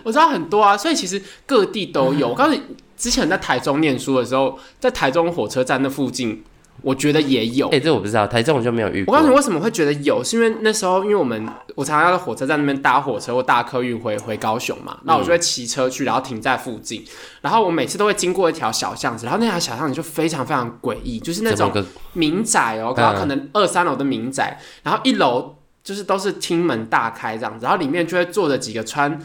Speaker 1: 我知道很多啊，所以其实各地都 有。我告诉你，之前在台中念书的时候，在台中火车站那附近，我觉得也有。
Speaker 2: 哎，这我不知道，台中我就没有遇
Speaker 1: 我
Speaker 2: 过
Speaker 1: 告诉。你为什么会觉得有，是因为那时候因为我们我常常要在火车站那边搭火车或搭客运回回高雄嘛，那我就会骑车去，然后停在附近，然后我每次都会经过一条小巷子，然后那条小巷子就非常非常诡异，就是那
Speaker 2: 怎
Speaker 1: 种
Speaker 2: 么个
Speaker 1: 民宅哦，
Speaker 2: 嗯
Speaker 1: 然后可能二三楼的民宅，然后一楼就是都是厅门大开这样子，然后里面就会坐着几个穿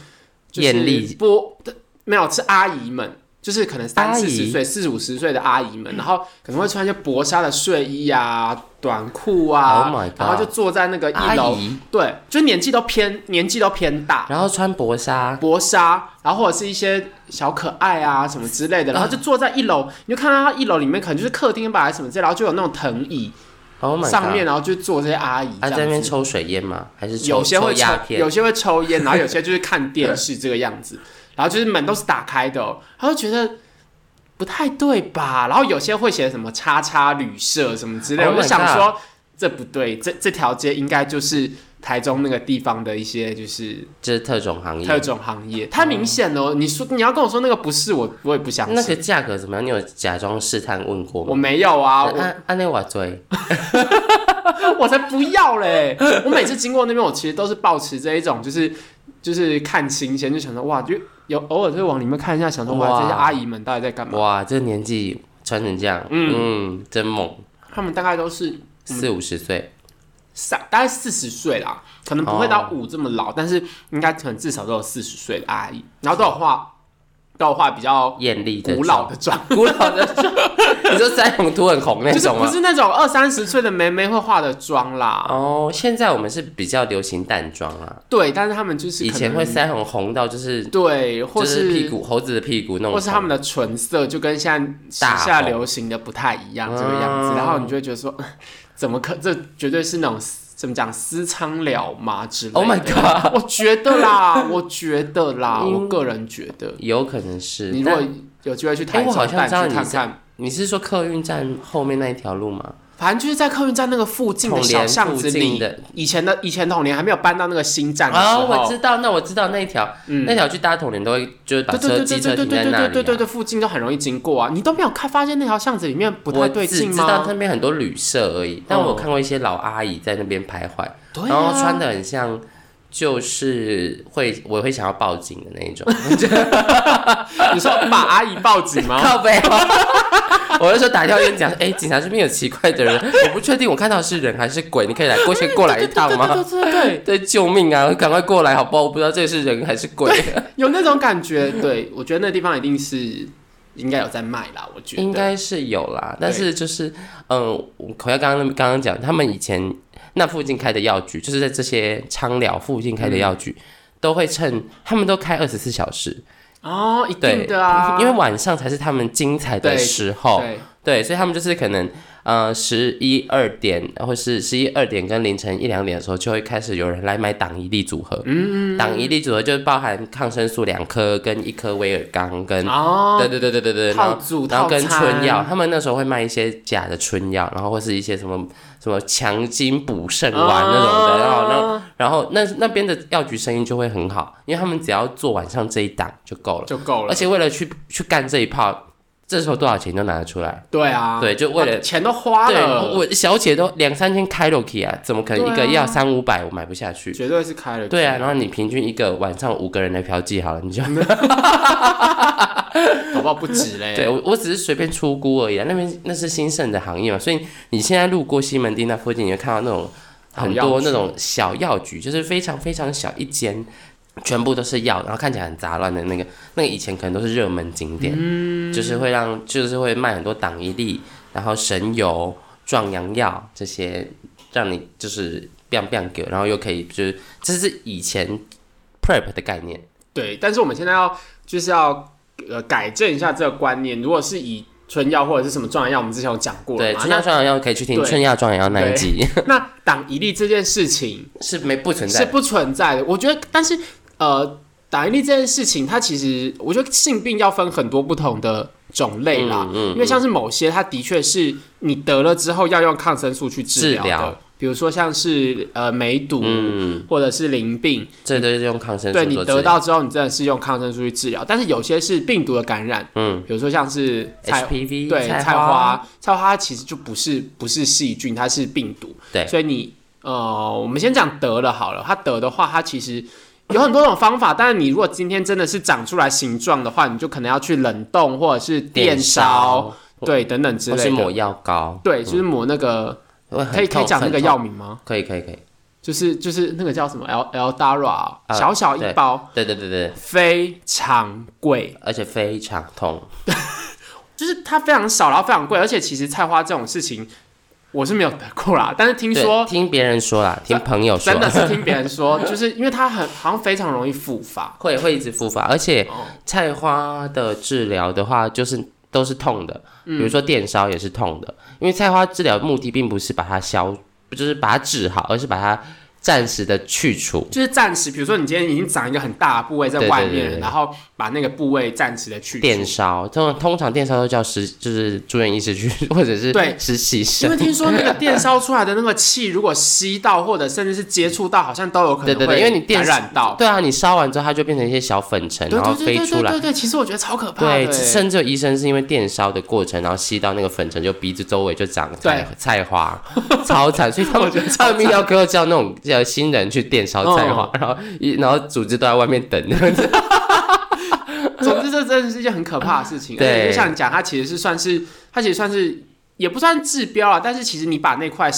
Speaker 1: 就是
Speaker 2: 艳丽
Speaker 1: 波的没有是阿姨们。就是可能三
Speaker 2: 阿
Speaker 1: 四
Speaker 2: 姨
Speaker 1: 十岁、四五十岁的阿姨们，然后可能会穿一些薄纱的睡衣啊、短裤啊
Speaker 2: Oh my god
Speaker 1: 然后就坐在那个
Speaker 2: 阿
Speaker 1: 一楼，
Speaker 2: 姨，
Speaker 1: 对，就年纪都偏年纪都偏大，
Speaker 2: 然后穿薄纱，
Speaker 1: 薄纱，然后或者是一些小可爱啊什么之类的，然后就坐在一楼，你就看到他一楼里面可能就是客厅吧还是什么之类，然后就有那种藤椅
Speaker 2: Oh my god
Speaker 1: 上面，然后就坐这些阿姨
Speaker 2: 他在那
Speaker 1: 这样
Speaker 2: 边
Speaker 1: 子。
Speaker 2: 抽水烟吗？还是抽
Speaker 1: 有些会
Speaker 2: 抽鸦
Speaker 1: 抽，
Speaker 2: 片
Speaker 1: 有？些会抽 烟，然后有些就是看电视这个样子，然后就是门都是打开的、哦，他就觉得不太对吧？然后有些会写什么“叉叉旅社”什么之类
Speaker 2: Oh my
Speaker 1: 我就想
Speaker 2: god
Speaker 1: 说这不对，这这条街应该就是台中那个地方的一些就是
Speaker 2: 这是特种行业。
Speaker 1: 特种行业，太明显了哦。你说你要跟我说那个不是我，我也不相信。
Speaker 2: 那个价格怎么样？你有假装试探问过
Speaker 1: 我
Speaker 2: 吗？
Speaker 1: 没有啊，我
Speaker 2: 按按那我追，
Speaker 1: 我才不要嘞！我每次经过那边，我其实都是保持这一种，就是就是看新鲜，就想说哇，就有偶尔就往里面看一下，想说哇，
Speaker 2: 哇
Speaker 1: 这些阿姨们到底在干嘛？
Speaker 2: 哇，这年纪穿成这样，嗯，真猛，
Speaker 1: 他们大概都是
Speaker 2: 四五十岁，
Speaker 1: 三，大概四十岁啦，可能不会
Speaker 2: 哦
Speaker 1: 到五这么老，但是应该可能至少都有四十岁的阿姨，然后都有画，都有画比较
Speaker 2: 艳丽 的
Speaker 1: 古老的妆。
Speaker 2: 古老的妆， 你说腮红涂很红那
Speaker 1: 就是
Speaker 2: 种
Speaker 1: 不
Speaker 2: 吗？
Speaker 1: 是那种二三十岁的妹妹会化的妆啦，
Speaker 2: 哦，现在我们是比较流行淡妆啊，
Speaker 1: 对，但是他们就是
Speaker 2: 以
Speaker 1: 可
Speaker 2: 前
Speaker 1: 能
Speaker 2: 会腮红红到就是
Speaker 1: 对，或
Speaker 2: 就是
Speaker 1: 是
Speaker 2: 屁股猴子的屁股那种
Speaker 1: 或
Speaker 2: 红，
Speaker 1: 是他们的唇色就跟现在
Speaker 2: 大
Speaker 1: 时下
Speaker 2: 红
Speaker 1: 流行的不太一样这个样子，
Speaker 2: 嗯
Speaker 1: 然后你就会觉得说， 呃怎么可这绝对是那种私怎么讲私娼了嘛之类的。
Speaker 2: ，Oh my god，
Speaker 1: 我觉得 啦，我觉得啦，
Speaker 2: 嗯
Speaker 1: 我个人觉得，
Speaker 2: 有可能是。
Speaker 1: 你如果
Speaker 2: 但
Speaker 1: 有机会去台
Speaker 2: 哎我
Speaker 1: 中
Speaker 2: 好像
Speaker 1: 带
Speaker 2: 知道
Speaker 1: 你去看
Speaker 2: 你
Speaker 1: 看，
Speaker 2: 你是说客运站后面那一条路吗？
Speaker 1: 反正就是在客运站那个附近的
Speaker 2: 统
Speaker 1: 小
Speaker 2: 联
Speaker 1: 巷
Speaker 2: 附
Speaker 1: 子
Speaker 2: 近
Speaker 1: 里。
Speaker 2: 的
Speaker 1: 以前的以前统联还没有搬到那个新站的时
Speaker 2: 哦，我
Speaker 1: 候，
Speaker 2: 知道，那我知道那一条，那条去搭统联都会就是把
Speaker 1: 对对
Speaker 2: 车
Speaker 1: 对
Speaker 2: 机
Speaker 1: 对
Speaker 2: 车
Speaker 1: 对对
Speaker 2: 停在
Speaker 1: 对
Speaker 2: 那
Speaker 1: 对对
Speaker 2: 里
Speaker 1: 对
Speaker 2: 啊。
Speaker 1: 对，附近都很容易经过啊，你都没有看发现那条巷子里面不太
Speaker 2: 我
Speaker 1: 对
Speaker 2: 只
Speaker 1: 劲
Speaker 2: 知
Speaker 1: 吗？
Speaker 2: 道那边很多旅社而已，但我
Speaker 1: 嗯
Speaker 2: 有看过一些老阿姨在那边徘徊。
Speaker 1: 对、啊，
Speaker 2: 然后穿的很像，就是会我会想要报警的那一种，
Speaker 1: 你说把阿姨报警吗？
Speaker 2: 靠背、我就说打电话跟你讲，哎、警察这边有奇怪的人，我不确定我看到的是人还是鬼，你可以来过先过来一趟吗？
Speaker 1: 对对对，
Speaker 2: 对，救命啊！赶快过来好不好？我不知道这是人还是鬼，
Speaker 1: 有那种感觉。对，我觉得那地方一定是应该有在卖啦，我觉得。
Speaker 2: 应该是有啦。但是就是，嗯，我回到刚刚刚刚讲，他们以前那附近开的药局，就是在这些昌寮附近开的药
Speaker 1: 嗯
Speaker 2: 局，都会趁他们都开二十四小时，
Speaker 1: 哦，一
Speaker 2: 对
Speaker 1: 定的啊，
Speaker 2: 因为晚上才是他们精彩的
Speaker 1: 对
Speaker 2: 时候，
Speaker 1: 对
Speaker 2: 对，所以他们就是可能呃十一二点，或是十一二点跟凌晨一两点的时候，就会开始有人来买党一粒组合。嗯党一粒组合就是包含抗生素两颗，跟一颗威尔刚，跟、
Speaker 1: 哦，
Speaker 2: 对对对对对对，然
Speaker 1: 套
Speaker 2: 后
Speaker 1: 组
Speaker 2: 然
Speaker 1: 套
Speaker 2: 后跟
Speaker 1: 餐
Speaker 2: 春药，，他们那时候会卖一些假的春药，然后或是一些什么什么强筋补肾丸那种的，然后然后
Speaker 1: 哦
Speaker 2: 然后那那边的药局生意就会很好，因为他们只要做晚上这一档就够了。
Speaker 1: 就够
Speaker 2: 而
Speaker 1: 了。
Speaker 2: 且为了去去干这一炮，这时候多少钱都拿得出来。
Speaker 1: 对啊，
Speaker 2: 对，就为了
Speaker 1: 钱都花
Speaker 2: 对
Speaker 1: 了，
Speaker 2: 我小姐都两三千开了去啊，怎么可能一个
Speaker 1: 对啊
Speaker 2: 要三五百我买不下去？
Speaker 1: 绝对是开了。
Speaker 2: 对啊，然后你平均一个晚上五个人来嫖妓好了，你就
Speaker 1: 搞不好不止嘞。
Speaker 2: 对，我我只是随便出估而已啊。那边那是兴盛的行业嘛，所以你现在路过西门町那附近，你会看到那种
Speaker 1: 小
Speaker 2: 很
Speaker 1: 药
Speaker 2: 多那
Speaker 1: 局
Speaker 2: 种小药局，就是非常非常小一间，全部都是药，然后看起来很杂乱的那个。那个以前可能都是热门景点，就是会让就是会卖很多党一粒，然后神油、壮阳药这些，让你就是变变给，然后又可以就是这是以前 prep 的概念。
Speaker 1: 对，但是我们现在要就是要呃改正一下这个观念。如果是以春药或者是什么壮阳药，我们之前有讲过了
Speaker 2: 对，
Speaker 1: 嘛
Speaker 2: 春药
Speaker 1: 那
Speaker 2: 壮阳药可以去听
Speaker 1: 对
Speaker 2: 春药壮阳药那一
Speaker 1: 对
Speaker 2: 集
Speaker 1: 那党一例这件事情
Speaker 2: 是没不存在
Speaker 1: 是
Speaker 2: 的。
Speaker 1: 不存在的。我觉得，但是呃，打一例这件事情，它其实我觉得性病要分很多不同的种类啦，
Speaker 2: 嗯嗯
Speaker 1: 因为像是某些，它的确是你得了之后要用抗生素去治
Speaker 2: 治
Speaker 1: 疗
Speaker 2: 疗
Speaker 1: 的，比如说像是呃梅毒。
Speaker 2: 嗯，
Speaker 1: 或者是淋病，
Speaker 2: 这都是用抗生素
Speaker 1: 对你
Speaker 2: 做治
Speaker 1: 得
Speaker 2: 疗。
Speaker 1: 到之后，你真的是用抗生素去治疗。但是有些是病毒的感染，
Speaker 2: 嗯
Speaker 1: 比如说像是菜
Speaker 2: ，HPV
Speaker 1: 对
Speaker 2: 菜
Speaker 1: 菜花，菜花它其实就不是不是细菌，它是病毒。
Speaker 2: 对
Speaker 1: 所以你呃，我们先讲得了好了。它得的话，它其实有很多种方法。但是你如果今天真的是长出来形状的话，你就可能要去冷冻或者是
Speaker 2: 电
Speaker 1: 电烧，，对等等之
Speaker 2: 或是
Speaker 1: 类
Speaker 2: 抹
Speaker 1: 的。
Speaker 2: 药膏，
Speaker 1: 对，就是抹那个，
Speaker 2: 会
Speaker 1: 可
Speaker 2: 很
Speaker 1: 以可以
Speaker 2: 痛
Speaker 1: 讲那
Speaker 2: 很
Speaker 1: 个
Speaker 2: 痛
Speaker 1: 药名吗？
Speaker 2: 可以可以可以，
Speaker 1: 就是就是那个叫什么 L L Dara，
Speaker 2: 呃
Speaker 1: 小小一
Speaker 2: 对
Speaker 1: 包，
Speaker 2: 对对对对，
Speaker 1: 非常贵。
Speaker 2: 而且非常痛，
Speaker 1: 就是它非常少，然后非常贵，而且其实菜花这种事情我是没有得过啦，但是听
Speaker 2: 对
Speaker 1: 说
Speaker 2: 听别人说啦，听朋友说
Speaker 1: 真，的是听别人说， 就是因为它很好像非常容易复发，
Speaker 2: 会会一直复发，而且
Speaker 1: 哦
Speaker 2: 菜花的治疗的话，就是都是痛的，比
Speaker 1: 嗯
Speaker 2: 如说电烧也是痛的，因为菜花治疗目的并不是把它消，不就是把它治好，而是把它暂时的去除，
Speaker 1: 就是暂时，比如说你今天已经长一个很大的部位在外面了，
Speaker 2: 对对对对
Speaker 1: 然后把那个部位暂时的去
Speaker 2: 电
Speaker 1: 除。
Speaker 2: 烧，通通常电烧都叫实，就是住院医师去， 或者是
Speaker 1: 对
Speaker 2: 实习
Speaker 1: 因
Speaker 2: 生
Speaker 1: 为。听说那个电烧出来的那个气，如果吸到或者甚至是接触到，好像都有可
Speaker 2: 对
Speaker 1: 能
Speaker 2: 对
Speaker 1: 会
Speaker 2: 对，因为你电
Speaker 1: 感染到。
Speaker 2: 对啊，你烧完之后它就变成一些小粉尘，
Speaker 1: 对
Speaker 2: 然后
Speaker 1: 对对
Speaker 2: 飞
Speaker 1: 对
Speaker 2: 出
Speaker 1: 对
Speaker 2: 来。
Speaker 1: 对对，其实我觉得超可怕的欸。
Speaker 2: 对，甚至有医生是因为电烧的过程，然后吸到那个粉尘，就鼻子周围就长菜菜花，超惨。所以他们
Speaker 1: 我觉得
Speaker 2: 他们泌尿科叫那种叫新人去电烧菜花，然后一然后组织都在外面等。
Speaker 1: 总之，这真的是一件很可怕的事情。而
Speaker 2: 对
Speaker 1: 且就像你讲，它其实是算是，它其实算是也不算治标啊，但是其实你把那块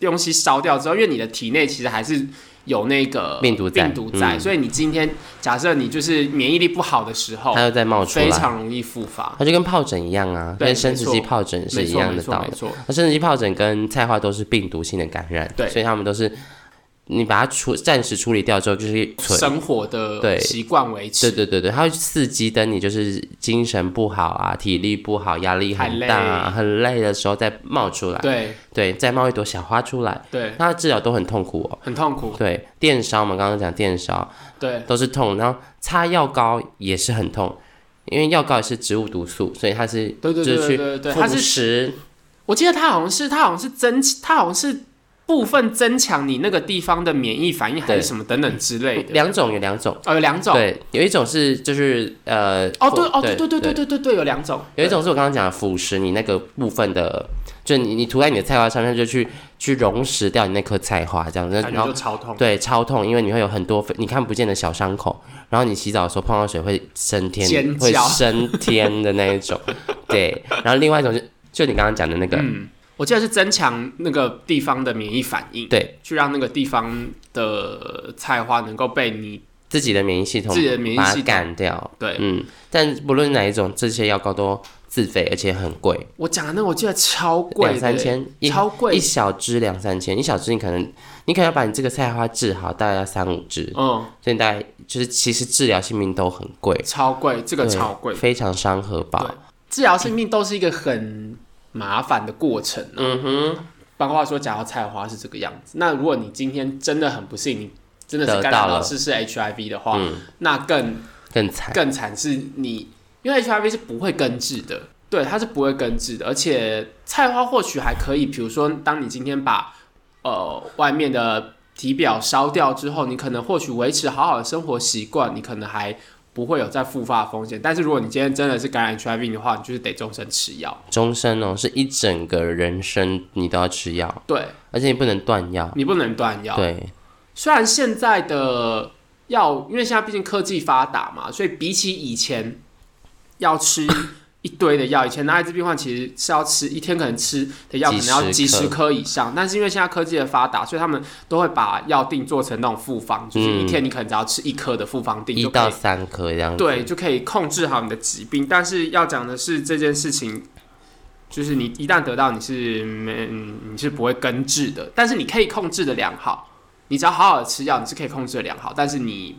Speaker 1: 东西烧掉之后，因为你的体内其实还是有那个
Speaker 2: 病毒在
Speaker 1: 病毒在，
Speaker 2: 嗯
Speaker 1: 所以你今天假设你就是免疫力不好的时候
Speaker 2: 它，又再冒出
Speaker 1: 非
Speaker 2: 来，
Speaker 1: 常容易复发。
Speaker 2: 它就跟疱疹一样啊，
Speaker 1: 对
Speaker 2: 跟生殖
Speaker 1: 没
Speaker 2: 器
Speaker 1: 错
Speaker 2: 疱疹是
Speaker 1: 没
Speaker 2: 一
Speaker 1: 错，
Speaker 2: 样
Speaker 1: 没
Speaker 2: 的
Speaker 1: 错，
Speaker 2: 道
Speaker 1: 没
Speaker 2: 理。
Speaker 1: 错。
Speaker 2: 那生殖器疱疹跟菜花都是病毒性的感染，
Speaker 1: 对
Speaker 2: 所以他们都是你把它处暂时处理掉之后，就是存
Speaker 1: 生活
Speaker 2: 对
Speaker 1: 的习惯维
Speaker 2: 对
Speaker 1: 持，
Speaker 2: 对对对，它会刺激等你就是精神不好啊，体力不好，压力很大、啊，很累的时候再冒出来，
Speaker 1: 对
Speaker 2: 对，再冒一朵小花出来，
Speaker 1: 对，
Speaker 2: 它的治疗都很痛苦哦。
Speaker 1: 很痛苦，
Speaker 2: 对，电烧我们刚刚讲电烧
Speaker 1: 对
Speaker 2: 都是痛，然后擦药膏也是很痛，因为药膏也是植物毒素，所以它是
Speaker 1: 对对
Speaker 2: 就
Speaker 1: 对
Speaker 2: 是
Speaker 1: 对
Speaker 2: 去
Speaker 1: 对对，它
Speaker 2: 腐
Speaker 1: 是
Speaker 2: 蚀，
Speaker 1: 我记得它好像是，它好像是增，它好像是部分增强你那个地方的免疫反应，还
Speaker 2: 对
Speaker 1: 是什么等等之类的。
Speaker 2: 两种有两种，
Speaker 1: 哦，有两种。
Speaker 2: 对，有一种是就是呃，
Speaker 1: 哦，
Speaker 2: 腐
Speaker 1: 对，哦，对对对对对对对，有两种。
Speaker 2: 有一种是我刚刚讲的腐蚀你那个部分的，就你你涂在你的菜花上面，就去去溶蚀掉你那颗菜花这样子，
Speaker 1: 对感
Speaker 2: 然
Speaker 1: 觉
Speaker 2: 后
Speaker 1: 就超痛。
Speaker 2: 对超痛，因为你会有很多你看不见的小伤口，然后你洗澡的时候碰到水会升天
Speaker 1: 尖，
Speaker 2: 会
Speaker 1: 叫
Speaker 2: 升天的那 一种，对。然后另外一种是就你刚刚讲的那个，
Speaker 1: 我记得是增强那个地方的免疫反应，
Speaker 2: 对
Speaker 1: 去让那个地方的菜花能够被你
Speaker 2: 自己的免疫系统
Speaker 1: 自己的免疫
Speaker 2: 把
Speaker 1: 系
Speaker 2: 它
Speaker 1: 统
Speaker 2: 干掉，
Speaker 1: 对。
Speaker 2: 嗯。但不论哪一种，这些药膏都自费，而且很贵，
Speaker 1: 我讲的那个我记得超贵的，欸
Speaker 2: 两三千一
Speaker 1: 超
Speaker 2: 一
Speaker 1: 贵。
Speaker 2: 小支两三千，一小支你可能你可能要把你这个菜花治好，大概要三五支，
Speaker 1: 嗯，
Speaker 2: 所以大概就是其实治疗性命都很贵，
Speaker 1: 超贵，这个
Speaker 2: 对
Speaker 1: 超贵。
Speaker 2: 非常伤荷
Speaker 1: 对
Speaker 2: 包。
Speaker 1: 治疗性病都是一个很麻烦的过程、啊。
Speaker 2: 嗯哼，
Speaker 1: 包括说，假如菜花是这个样子，那如果你今天真的很不幸，你真的
Speaker 2: 得
Speaker 1: 是
Speaker 2: 到
Speaker 1: 感染到
Speaker 2: 了
Speaker 1: 是是 HIV 的话，
Speaker 2: 嗯，
Speaker 1: 那更
Speaker 2: 更惨。
Speaker 1: 更惨是你，因为 HIV 是不会根治的，对，它是不会根治的。而且菜花或许还可以，比如说，当你今天把呃外面的体表烧掉之后，你可能或许维持好好的生活习惯，你可能还不会有再复发的风险。但是如果你今天真的是感染 HIV 的话，你就是得终身吃药，
Speaker 2: 终身哦，是一整个人生你都要吃药，
Speaker 1: 对
Speaker 2: 而且你不能断药。
Speaker 1: 你不能断药。
Speaker 2: 对，
Speaker 1: 虽然现在的药，因为现在毕竟科技发达嘛，所以比起以前要 吃一堆的药。以前的艾滋病患其实是要吃一天可能吃的药可
Speaker 2: 几
Speaker 1: 能要
Speaker 2: 十
Speaker 1: 几十
Speaker 2: 颗
Speaker 1: 颗以上，但是因为现在科技的发达，所以他们都会把药定做成那种复方，就是一
Speaker 2: 嗯
Speaker 1: 天你可能只要吃一颗的复方定
Speaker 2: 一
Speaker 1: 就可
Speaker 2: 到
Speaker 1: 以，
Speaker 2: 三颗这样子。
Speaker 1: 对，就可以控制好你的疾病。但是要讲的是这件事情。就是你一旦得到，你是没嗯你是不会根治的，但是你可以控制的良好。你只要好好的吃药，你是可以控制的良好，但是你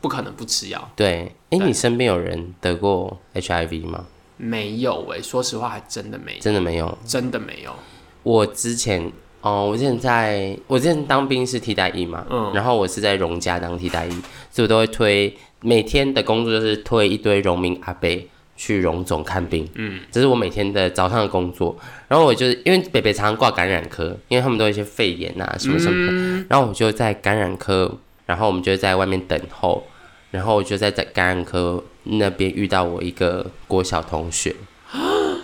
Speaker 1: 不可能不吃药。
Speaker 2: 对，哎，
Speaker 1: 对
Speaker 2: 你身边有人得过 HIV 吗？
Speaker 1: 没有哎、说实话还真的没，
Speaker 2: 真的没有。
Speaker 1: 真的没有。
Speaker 2: 我之前哦，我之前在我之前当兵是替代役嘛，
Speaker 1: 嗯
Speaker 2: 然后我是在荣家当替代役，所以我都会推每天的工作就是推一堆荣民阿伯去荣总看病，嗯，这是我每天的早上的工作。然后我就是因为北北常常挂感染科，因为他们都有一些肺炎啊什么什么的，
Speaker 1: 嗯
Speaker 2: 然后我就在感染科，然后我们就在外面等候，然后我就在在感染科那边遇到我一个国小同学，
Speaker 1: 嗯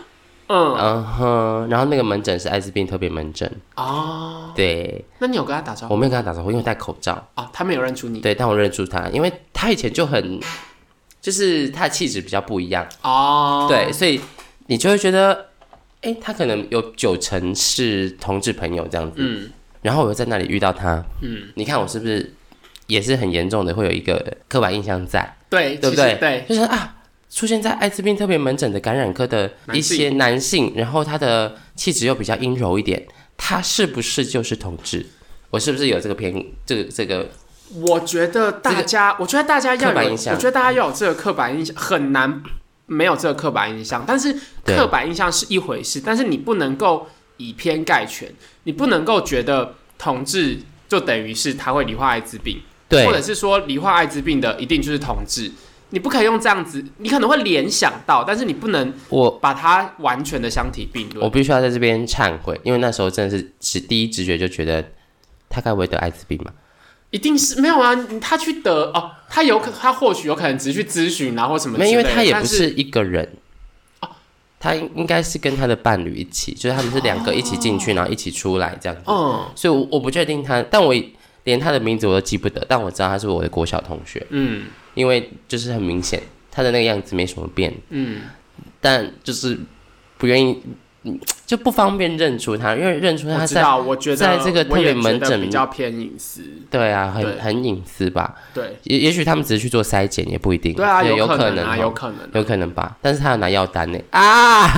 Speaker 2: 嗯哼，然后那个门诊是艾滋病特别门诊。
Speaker 1: 哦，
Speaker 2: 对，
Speaker 1: 那你有跟他打招呼
Speaker 2: 我没有跟他打招呼，因为我戴口罩。
Speaker 1: 啊？他没有认出你
Speaker 2: 对，但我认出他，因为他以前就很，就是他的气质比较不一样。
Speaker 1: 哦？
Speaker 2: 对，，所以你就会觉得，哎、他可能有九成是同志朋友这样子。
Speaker 1: 嗯
Speaker 2: 然后我又在那里遇到他，
Speaker 1: 嗯，
Speaker 2: 你看我是不是也是很严重的，会有一个刻板印象在，
Speaker 1: 对，
Speaker 2: 对
Speaker 1: 其实
Speaker 2: 不对？
Speaker 1: 对，
Speaker 2: 就是啊。出现在艾滋病特别门诊的感染科的一些男性，然后他的气质又比较阴柔一点，他是不是就是同志？我是不是有这个偏这个这个
Speaker 1: 我觉得大家，我觉得大家要
Speaker 2: 刻板
Speaker 1: 有，我
Speaker 2: 印象
Speaker 1: 觉得大家要有这个刻板印象，很难没有这个刻板印象。但是
Speaker 2: 对
Speaker 1: 刻板印象是一回事，但是你不能够以偏概全，你不能够觉得同志就等于是他会罹患艾滋病。
Speaker 2: 对，
Speaker 1: 或者是说罹患艾滋病的一定就是同志，你不可以用这样子，你可能会联想到，但是你不能
Speaker 2: 我
Speaker 1: 把它完全的相提并
Speaker 2: 我
Speaker 1: 论。
Speaker 2: 必须要在这边忏悔，因为那时候真的是直第一直觉就觉得他该不会得艾滋病吧？
Speaker 1: 一定是没有啊，他去得哦，他有可他或许有可能只是去咨询啊或什么之
Speaker 2: 没有，
Speaker 1: 类
Speaker 2: 因
Speaker 1: 的，
Speaker 2: 为他也
Speaker 1: 但
Speaker 2: 不
Speaker 1: 是哦
Speaker 2: 是一个人，他应应该是跟他的伴侣一起，就是他们是两个一起进去，然后一起出来这样子。
Speaker 1: 嗯
Speaker 2: 所以我，我不确定他，但我连他的名字我都记不得，但我知道他是我的国小同学，
Speaker 1: 嗯
Speaker 2: 因为就是很明显他的那个样子没什么变，
Speaker 1: 嗯
Speaker 2: 但就是不愿意。嗯就不方便认出他，因为认出
Speaker 1: 我
Speaker 2: 他
Speaker 1: 知
Speaker 2: 在
Speaker 1: 道，我觉得
Speaker 2: 在这个
Speaker 1: 我也
Speaker 2: 特别门
Speaker 1: 觉得
Speaker 2: 诊
Speaker 1: 比较偏隐私，
Speaker 2: 对啊，
Speaker 1: 对
Speaker 2: 很很隐私吧。
Speaker 1: 对
Speaker 2: 也也许他们只是去做筛检，也不一定。
Speaker 1: 对啊，
Speaker 2: 也有
Speaker 1: 可
Speaker 2: 能
Speaker 1: 啊，
Speaker 2: 哦
Speaker 1: 有可能
Speaker 2: 有可能吧。但是他要拿药单呢，
Speaker 1: 哦。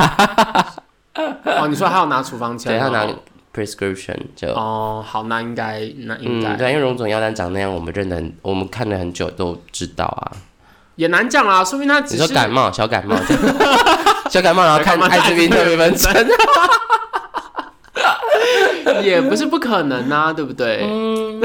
Speaker 1: 你说他要拿处方签
Speaker 2: 对，
Speaker 1: 哦，
Speaker 2: 他拿 prescription 就、
Speaker 1: 哦，好，那应该那应该
Speaker 2: 嗯，对，因为荣总药单长那样，我们认得很，我们看了很久都知道啊。
Speaker 1: 也难讲啦，说明他
Speaker 2: 你
Speaker 1: 只
Speaker 2: 说
Speaker 1: 是
Speaker 2: 感冒，小感冒， 小感冒，然后看
Speaker 1: 小感冒
Speaker 2: 艾滋病特别门诊，
Speaker 1: 也不是不可能啊，对不对？哦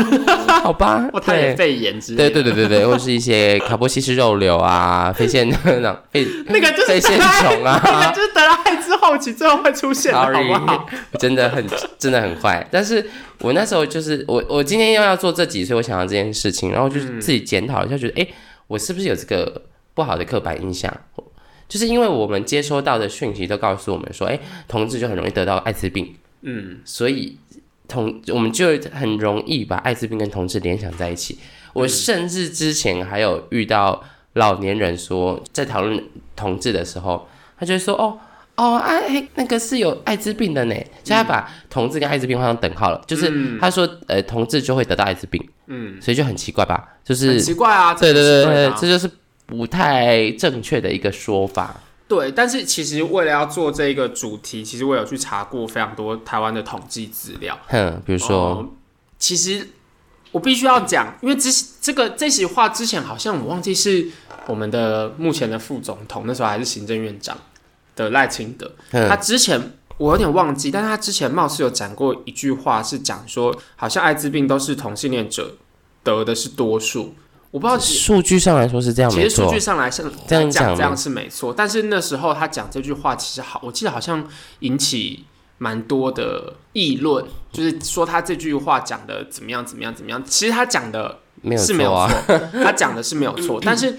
Speaker 2: 好 吧？
Speaker 1: 或他也
Speaker 2: 嗯对。
Speaker 1: 肺炎之类
Speaker 2: 对
Speaker 1: 的，
Speaker 2: 对对对对，或是一些卡波西氏肉瘤啊、 肺腺那种肺
Speaker 1: 那个就是
Speaker 2: 肺腺 虫
Speaker 1: 那
Speaker 2: 啊
Speaker 1: 个，就是得了艾滋后期最后会出现的，好
Speaker 2: Sorry
Speaker 1: 不好？
Speaker 2: 真的很真的很坏。但是我那时候就是我我今天又要做这几，所以我想到这件事情，然后
Speaker 1: 嗯
Speaker 2: 就是自己检讨一下，觉得哎、诶我是不是有这个不好的刻板印象？就是因为我们接收到的讯息都告诉我们说，哎、同志就很容易得到艾滋病，
Speaker 1: 嗯，
Speaker 2: 所以同我们就很容易把艾滋病跟同志联想在一起。我甚至之前还有遇到老年人说，在讨论同志的时候，他就会说：“哦哦，哎、嘿那个是有艾滋病的呢。”所以他把同志跟艾滋病画上等号了，就是他说：“呃，同志就会得到艾滋病。”
Speaker 1: 嗯，
Speaker 2: 所以就很奇怪吧？就
Speaker 1: 很
Speaker 2: 是
Speaker 1: 奇怪啊，
Speaker 2: 对对对
Speaker 1: 这
Speaker 2: 对
Speaker 1: 个
Speaker 2: 对
Speaker 1: 是，
Speaker 2: 这就是不太正确的一个说法。
Speaker 1: 对，但是其实为了要做这个主题，其实我有去查过非常多台湾的统计资料，
Speaker 2: 哼，比如说，
Speaker 1: 嗯其实我必须要讲，因为之这个这席话之前好像我忘记是我们的目前的副总统，那时候还是行政院长的赖清德，
Speaker 2: 哼
Speaker 1: 他之前我有点忘记，但是他之前貌似有讲过一句话，是讲说好像艾滋病都是同性恋者得的是多数，我不知道其。
Speaker 2: 数据上来说是这样，
Speaker 1: 其
Speaker 2: 没
Speaker 1: 实数
Speaker 2: 错
Speaker 1: 据。上来像
Speaker 2: 这样讲
Speaker 1: 讲
Speaker 2: 吗
Speaker 1: 这样是没错，但是那时候他讲这句话，其实好，我记得好像引起蛮多的议论，就是说他这句话讲的怎么样怎么样怎么样。其实他讲的
Speaker 2: 没有
Speaker 1: 是没有
Speaker 2: 错啊，
Speaker 1: 错，他讲的是没有 错，但是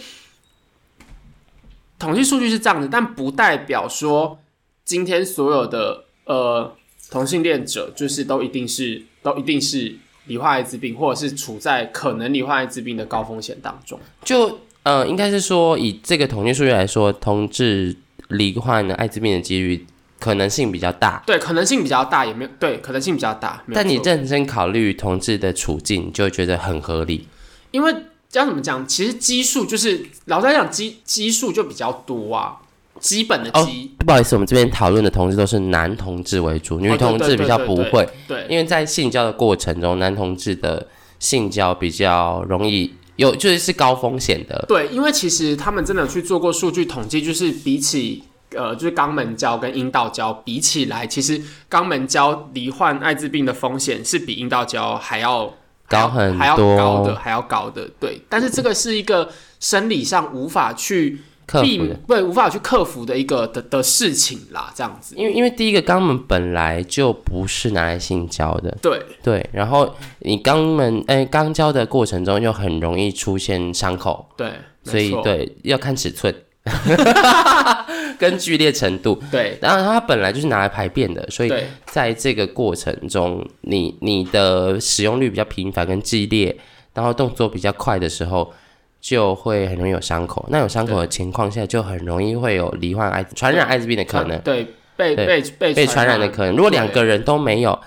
Speaker 1: 统计数据是这样的，但不代表说今天所有的呃同性恋者就是都一定是都一定是罹患艾滋病，或者是处在可能罹患艾滋病的高风险当中。
Speaker 2: 就嗯、呃，应该是说以这个统计数据来说，同志罹患艾滋病的几率可能性比较大。
Speaker 1: 对，可能性比较大，也没有对，可能性比较大。没有
Speaker 2: 但你
Speaker 1: 错
Speaker 2: 认真考虑同志的处境，你就会觉得很合理。
Speaker 1: 因为要怎么讲，其实基数就是老在讲基基数就比较多啊，基本的
Speaker 2: 哦
Speaker 1: 基，
Speaker 2: 不好意思，我们这边讨论的同志都是男同志为主，女
Speaker 1: 哦对
Speaker 2: 同志
Speaker 1: 对
Speaker 2: 比
Speaker 1: 对
Speaker 2: 较
Speaker 1: 对
Speaker 2: 不会，
Speaker 1: 对
Speaker 2: 因为在性交的过程中，男同志的性交比较容易有，就是是高风险的。
Speaker 1: 对，因为其实他们真的有去做过数据统计，就是比起。呃，就是肛门交跟阴道交比起来，其实肛门交罹患艾滋病的风险是比阴道交还要
Speaker 2: 高很
Speaker 1: 还要
Speaker 2: 多
Speaker 1: 高的，还要高的。对，但是这个是一个生理上无法去
Speaker 2: 克
Speaker 1: 避
Speaker 2: 服的，
Speaker 1: 对无法去克服的一个的的事情啦，这样子。
Speaker 2: 因为因为第一个肛门本来就不是拿来性交的，
Speaker 1: 对，
Speaker 2: 对，然后你肛门哎肛交的过程中又很容易出现伤口，
Speaker 1: 对，没
Speaker 2: 所以
Speaker 1: 错
Speaker 2: 对要看 尺寸，跟剧烈程度。
Speaker 1: 对
Speaker 2: 然后它本来就是拿来排便的，所以
Speaker 1: 对
Speaker 2: 在这个过程中，你你的使用率比较频繁跟激烈，然后动作比较快的时候，就会很容易有伤口。那有伤口的情况下，就很容易会有罹患艾滋传染艾滋病的可能，
Speaker 1: 啊对被
Speaker 2: 对
Speaker 1: 被被
Speaker 2: 被传染的可能。如果两个
Speaker 1: 对
Speaker 2: 人都没有，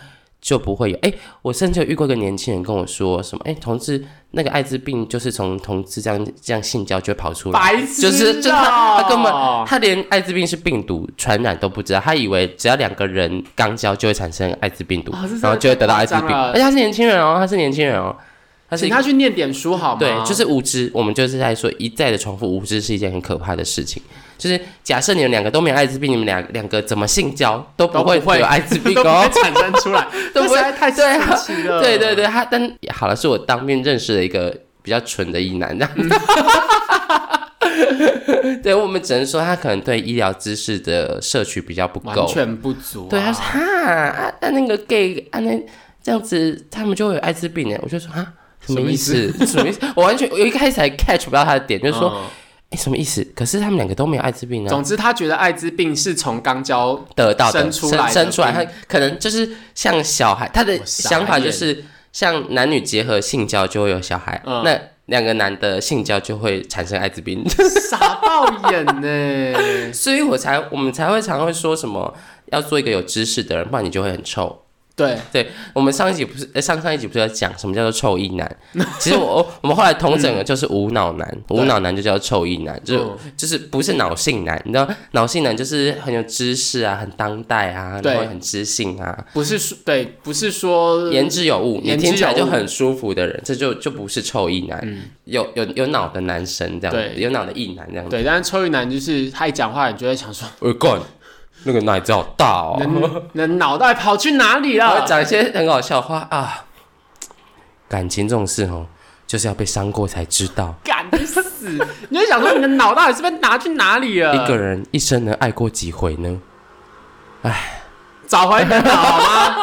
Speaker 2: 就不会有。哎，我甚至有遇过一个年轻人跟我说什么，哎，同志那个艾滋病就是从同志这样这样性交就会跑出来。
Speaker 1: 白痴、哦
Speaker 2: 就是就是他他根本
Speaker 1: 本
Speaker 2: 他连艾滋病是病毒传染都不知道，他以为只要两个人肛交就会产生艾滋病毒，
Speaker 1: 啊这真的
Speaker 2: 然后就会得到艾滋
Speaker 1: 太
Speaker 2: 病，
Speaker 1: 夸张了
Speaker 2: 而且他是年轻人哦，他是年轻人哦，他是
Speaker 1: 请
Speaker 2: 一个
Speaker 1: 他去念点书好吗？
Speaker 2: 对，就是无知，我们就是在说一再的重复无知是一件很可怕的事情。就是假设你们两个都没有艾滋病，你们两两个怎么性交都不
Speaker 1: 都不
Speaker 2: 会
Speaker 1: 会
Speaker 2: 有艾滋病
Speaker 1: 都不
Speaker 2: 哦
Speaker 1: 会，产生出来， 这
Speaker 2: 都
Speaker 1: 实
Speaker 2: 不会
Speaker 1: 在太
Speaker 2: 对啊
Speaker 1: 神奇了。
Speaker 2: 对对对，他但好了，是我当面认识的一个比较蠢的医男，这 样。对我们只能说他可能对医疗知识的摄取比较不
Speaker 1: 完
Speaker 2: 够。
Speaker 1: 全不足、啊。
Speaker 2: 对，他说哈啊啊那个 gay 啊那这样子他们就会有艾滋病欸呢，我就说哈什么意思？ 什么意思？我完全我一开始还 catch 不到他的点，就是说
Speaker 1: 嗯
Speaker 2: 哎、诶什么意思？可是他们两个都没有艾滋病啊。
Speaker 1: 总之他觉得艾滋病是从肛交
Speaker 2: 得到的
Speaker 1: 生出来的
Speaker 2: 生出来，他
Speaker 1: 病
Speaker 2: 可能就是像小孩，他的
Speaker 1: 我傻眼
Speaker 2: 想法就是像男女结合性交就会有小孩，
Speaker 1: 嗯
Speaker 2: 那两个男的性交就会产生艾滋病，
Speaker 1: 傻爆眼呢、
Speaker 2: 所以我才我们才会常会说什么要做一个有知识的人，不然你就会很臭。
Speaker 1: 对，
Speaker 2: 我们上一集不是呃上上一集不是在讲什么叫做臭一 男？其实我我们后来统整了就是无脑男，
Speaker 1: 对
Speaker 2: 无脑男就叫臭一男，就是
Speaker 1: 嗯
Speaker 2: 就是不是脑性男，你知道脑性男就是很有知识啊，很当代啊，
Speaker 1: 对
Speaker 2: 然后很知性啊，
Speaker 1: 不是说对，不是说
Speaker 2: 言之有物，你
Speaker 1: 言之
Speaker 2: 听起来就
Speaker 1: 有物
Speaker 2: 很舒服的人，这就就不是臭意男，有有有脑的男生这样子，
Speaker 1: 对
Speaker 2: 有脑的意男这样子。
Speaker 1: 对，但是臭玉男就是他一讲话，你就会想说，
Speaker 2: 我干，那个奶子好大哦！
Speaker 1: 能能脑袋跑去哪里
Speaker 2: 然后
Speaker 1: 了？
Speaker 2: 讲一些很搞笑的话啊，感情这种事哦，就是要被伤过才知道。
Speaker 1: 敢去 死！你就想说你的脑到底是被拿去哪里了？
Speaker 2: 一个人一生能爱过几回呢？
Speaker 1: 找回你的脑 吗？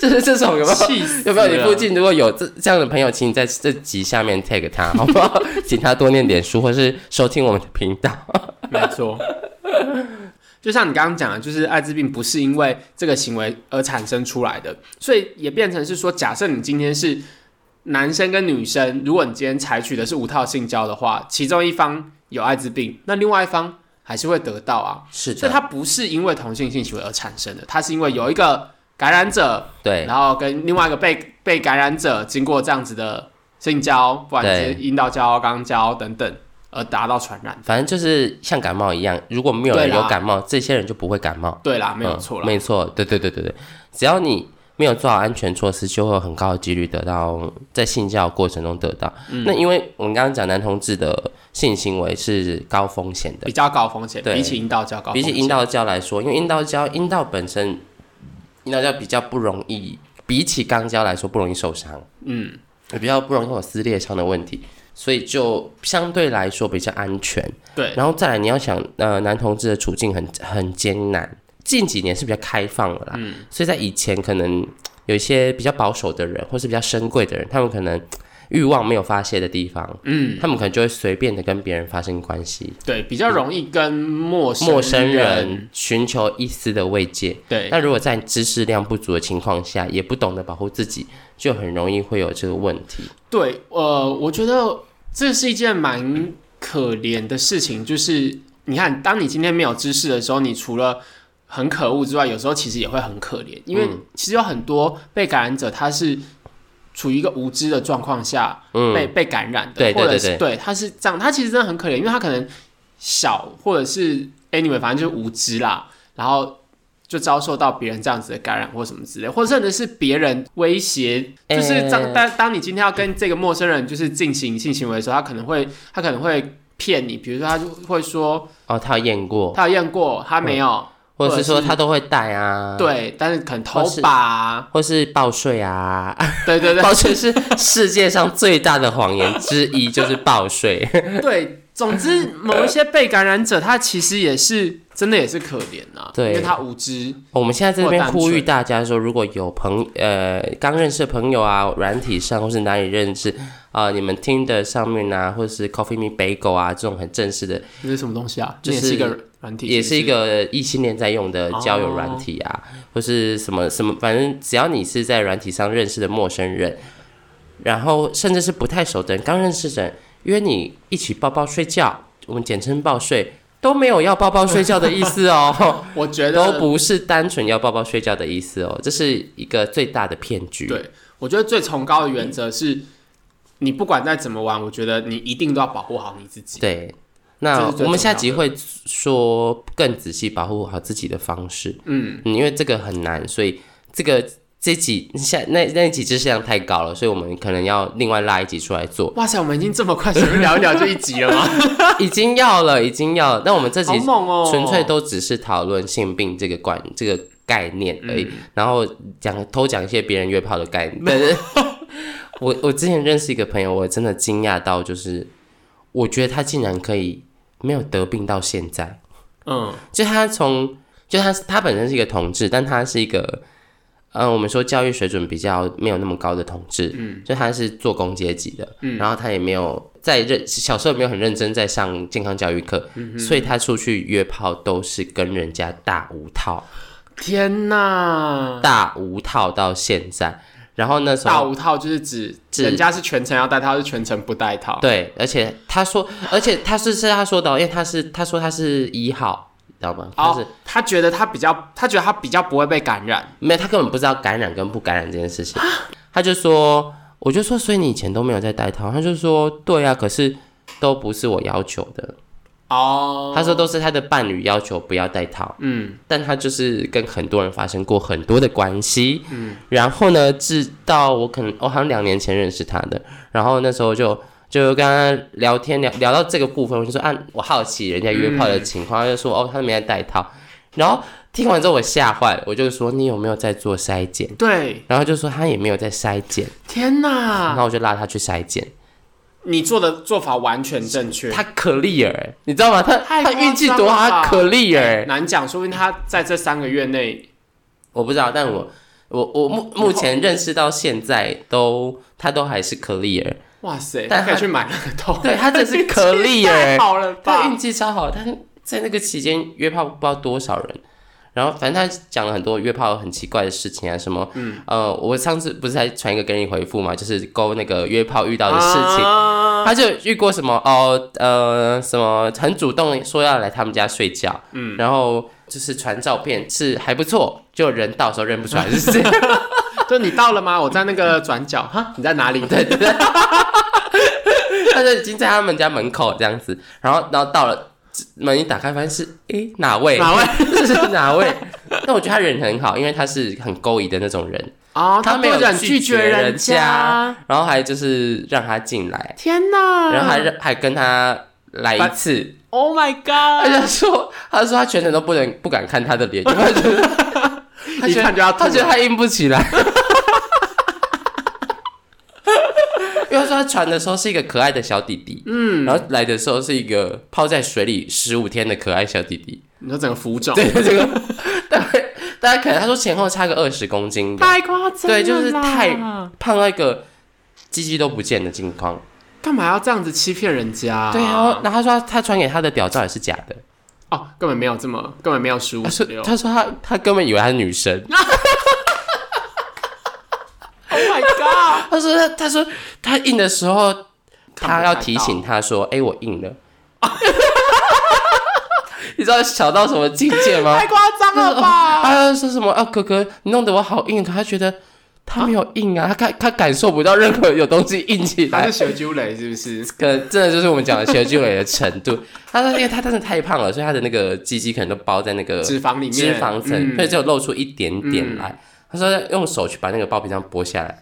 Speaker 2: 就是 这种有没有？
Speaker 1: 气死！
Speaker 2: 有没有你附？近如果有这这样的朋友，请你在这集下面 tag 他，好不 好？请他多念点书，或是收听我们的频道。
Speaker 1: 没错。就像你刚刚讲的，就是艾滋病不是因为这个行为而产生出来的，所以也变成是说，假设你今天是男生跟女生，如果你今天采取的是无套性交的话，其中一方有艾滋病，那另外一方还是会得到啊。
Speaker 2: 是
Speaker 1: 所以
Speaker 2: 的，
Speaker 1: 它不是因为同性性行为而产生的，它是因为有一个感染者
Speaker 2: 对。
Speaker 1: 然后跟另外一个被被感染者经过这样子的性交，不管是阴道交、肛交等等，而达到传染。
Speaker 2: 反正就是像感冒一样，如果没有人
Speaker 1: 对啦
Speaker 2: 有感冒，这些人就不会感冒。
Speaker 1: 对啦，没有错
Speaker 2: 嗯
Speaker 1: 啦。
Speaker 2: 没错，对对对对对，只要你没有做好安全措施，就会有很高的几率得到在性交过程中得到。
Speaker 1: 嗯
Speaker 2: 那因为我们刚刚讲男同志的性行为是高风险的
Speaker 1: 比，较高风险，
Speaker 2: 对
Speaker 1: 比起阴道交高风
Speaker 2: 比
Speaker 1: 险，
Speaker 2: 起阴道交来说，因为阴道交阴道本身阴道交比较不容易，比起肛交来说不容易受伤，
Speaker 1: 嗯，
Speaker 2: 也比较不容易有撕裂伤的问题，所以就相对来说比较安全。
Speaker 1: 对
Speaker 2: 然后再来，你要想，呃，男同志的处境很很艰难，近几年是比较开放了啦，
Speaker 1: 嗯
Speaker 2: 所以在以前可能有一些比较保守的人，或是比较深贵的人，他们可能欲望没有发泄的地方，嗯，他们可能就会随便的跟别人发生关系，
Speaker 1: 对，比较容易跟陌生
Speaker 2: 陌生人寻求一丝的慰藉。
Speaker 1: 对
Speaker 2: 那如果在知识量不足的情况下，也不懂得保护自己，就很容易会有这个问题。
Speaker 1: 对，呃，我觉得这是一件蛮。可怜的事情就是，你看，当你今天没有知识的时候，你除了很可恶之外，有时候其实也会很可怜，因为
Speaker 2: 嗯
Speaker 1: 其实有很多被感染者他是处于一个无知的状况下被、
Speaker 2: 嗯，
Speaker 1: 被感染的，
Speaker 2: 对对
Speaker 1: 或者
Speaker 2: 对
Speaker 1: 是对他是这样，他其实真的很可怜，因为他可能小或者是 anyway，反正就是无知啦，然后就遭受到别人这样子的感染或什么之类，或者甚至是别人威胁，就是当
Speaker 2: 呃
Speaker 1: 当当你今天要跟这个陌生人就是进行性行为的时候，他可能会他可能会骗你，比如说他就会说
Speaker 2: 哦，他有验过，
Speaker 1: 他有验过，他没有，
Speaker 2: 或者是
Speaker 1: 或
Speaker 2: 说
Speaker 1: 者是
Speaker 2: 他都会带啊，，
Speaker 1: 对，但是可能偷
Speaker 2: 或是
Speaker 1: 把啊，
Speaker 2: 或是报税 啊，
Speaker 1: 对对对
Speaker 2: 报税是世界上最大的谎言之一，就是报税。
Speaker 1: 对，总之某一些被感染者，他其实也是真的也是可怜啊，
Speaker 2: 对
Speaker 1: 因为他无知，
Speaker 2: 我们现在在这边
Speaker 1: 或单纯
Speaker 2: 呼吁大家说，如果有朋呃刚认识的朋友啊，软体上或是哪里认识啊、你们听的上面啊，或是 Coffee Me Bagel 啊这种很正式的，
Speaker 1: 这是什么东西啊？
Speaker 2: 就是
Speaker 1: 这也是一哦个软体，
Speaker 2: 也是一
Speaker 1: 不
Speaker 2: 个异性恋在用的交友软体啊，或是什么什么，反正只要你是在软体上认识的陌生人，然后甚至是不太熟的人，刚认识的人约你一起抱抱睡觉，我们简称抱睡，都没有要抱抱睡觉的意思哦。
Speaker 1: 我觉
Speaker 2: 都
Speaker 1: 得，
Speaker 2: 不是单纯要抱抱睡觉的意思哦，这是一个最大的骗局。
Speaker 1: 对我觉得最崇高的原则是，你不管再怎么玩，我觉得你一定都要保护好你自己。
Speaker 2: 对
Speaker 1: 这
Speaker 2: 那
Speaker 1: 是最
Speaker 2: 我们下集
Speaker 1: 重
Speaker 2: 会说更仔细保护好自己的方式，
Speaker 1: 嗯，，
Speaker 2: 嗯因为这个很难，所以这个这集下那那几知识量太高了，所以我们可能要另外拉一集出来做
Speaker 1: 哇塞，我们已经这么快随便聊一聊就一集了吗？
Speaker 2: 已经要了，已经要了。那我们 这集
Speaker 1: 好猛哦，
Speaker 2: 纯粹都只是讨论性病这个观这个概念而已，然后讲偷讲一些别人约炮的概念。但是 我我之前认识一个朋友，我真的惊讶到，就是我觉得他竟然可以没有得病到现在，
Speaker 1: 嗯
Speaker 2: 就他从就他他本身是一个同志，但他是一个。嗯，我们说教育水准比较没有那么高的同志，嗯，就他是做工阶级的，嗯，然后他也没有在认小时候没有很认真在上健康教育课，所以他出去约炮都是跟人家大无套，
Speaker 1: 天哪，
Speaker 2: 大无套到现在。然后那时
Speaker 1: 大
Speaker 2: 候
Speaker 1: 五套就是指
Speaker 2: 指
Speaker 1: 人家是全程要戴套，是全程不戴套。
Speaker 2: 对，而且他说，而且他是是他说的哦，因为他是他说他是一号，你知道吗？他是、
Speaker 1: 哦，他觉得他比较，他觉得他比较不会被感染。
Speaker 2: 没有，他根本不知道感染跟不感染这件事情。他就说，我就说，所以你以前都没有在戴套？他就说，对啊，可是都不是我要求的。
Speaker 1: 哦，
Speaker 2: 他说都是他的伴侣要求不要戴套。
Speaker 1: 嗯，
Speaker 2: 但他就是跟很多人发生过很多的关系，嗯，然后呢，直到我可能哦我、好像两年前认识他的，然后那时候就就跟他聊天聊聊到这个部分，我就说啊，我好奇人家约炮的情况，他就说哦，他没在戴套，然后听完之后我吓坏了，我就说你有没有在做筛检？
Speaker 1: 对，
Speaker 2: 然后就说他也没有在筛检，
Speaker 1: 天哪
Speaker 2: 然，后我就拉他去筛检，
Speaker 1: 你做的做法完全正确。
Speaker 2: 他 clear，欸你知道吗？他
Speaker 1: 太夸
Speaker 2: 他
Speaker 1: 张
Speaker 2: 运气多好，
Speaker 1: 了吧
Speaker 2: 他 clear，欸
Speaker 1: 难讲，说不定他在这三个月内，
Speaker 2: 我不知道，但我我我目目前认识到现在都他都还是 clear，
Speaker 1: 哇塞，
Speaker 2: 但
Speaker 1: 他可以
Speaker 2: 他
Speaker 1: 去买那个头，
Speaker 2: 对他真是可厉
Speaker 1: 太
Speaker 2: 耶
Speaker 1: 好了
Speaker 2: 他
Speaker 1: 吧
Speaker 2: 运？气超好，但是在那个期间约炮不知道多少人。然后反正他讲了很多约炮很奇怪的事情啊，什么，嗯，呃，我上次不是还传一个给你回复嘛，就是勾那个约炮遇到的事情，
Speaker 1: 啊
Speaker 2: 他就遇过什么哦，呃，什么很主动地说要来他们家睡觉，嗯，然后就是传照片是还不错，就人到时候认不出来是 谁，
Speaker 1: 就你到了吗？我在那个转角，哈，你在哪里？对，
Speaker 2: 他就已经在他们家门口这样子，然后然后到了门一打开，发现是诶哪位
Speaker 1: 哪 位？
Speaker 2: 这是哪位？但我觉得他人很好，因为他是很勾引的那种人，
Speaker 1: 哦，
Speaker 2: 他没有
Speaker 1: 不忍
Speaker 2: 拒
Speaker 1: 拒
Speaker 2: 绝
Speaker 1: 绝
Speaker 2: 人
Speaker 1: 家，
Speaker 2: 然后还就是让他进来，
Speaker 1: 天哪！
Speaker 2: 然后还让还跟他来一次，
Speaker 1: ，Oh my
Speaker 2: 他
Speaker 1: God，
Speaker 2: 就说他说他全程都不能不敢看他的脸，因为他觉 得他
Speaker 1: 一
Speaker 2: 觉
Speaker 1: 看
Speaker 2: 得
Speaker 1: 就要吐
Speaker 2: 他觉得
Speaker 1: 了。
Speaker 2: 他硬不起来。 因为他说他传的时候是一个可爱的小弟弟，嗯，然后来的时候是一个泡在水里十五天的可爱小弟弟，
Speaker 1: 你说整个浮肿，
Speaker 2: 对这个，大概大概可能他说前后差个二十公斤吧，
Speaker 1: 太夸张了啦，
Speaker 2: 对就是太胖到一个鸡鸡都不见的境况。
Speaker 1: 干嘛要这样子欺骗人家、
Speaker 2: 对啊，，然后他说他他传给他的屌照也是假的，
Speaker 1: 哦，根本没有这么，根本没有十五
Speaker 2: 他
Speaker 1: 十
Speaker 2: 说
Speaker 1: 六。
Speaker 2: 他说他他根本以为他是女生，
Speaker 1: Oh my god！
Speaker 2: 他说他他说他硬的时候，
Speaker 1: 看
Speaker 2: 他
Speaker 1: 不
Speaker 2: 要
Speaker 1: 太
Speaker 2: 提
Speaker 1: 到
Speaker 2: 醒他说，哎、我硬了。 你知道小到什么境界吗？
Speaker 1: 太夸张了吧？
Speaker 2: 啊，说什么啊，哥哥，你弄得我好硬，他觉得他没有硬啊，他感他感受不到任何有东西硬起
Speaker 1: 他
Speaker 2: 来
Speaker 1: 是，小揪雷是不是？
Speaker 2: 可能真的就是我们讲的学肌蕾的程度。他说，因为他真的太胖了，所以他的那个鸡鸡可能都包在那个
Speaker 1: 脂肪里面，
Speaker 2: 脂肪层，
Speaker 1: 嗯
Speaker 2: 所以只有露出一点点来。他说用手去把那个包皮这样剥下来，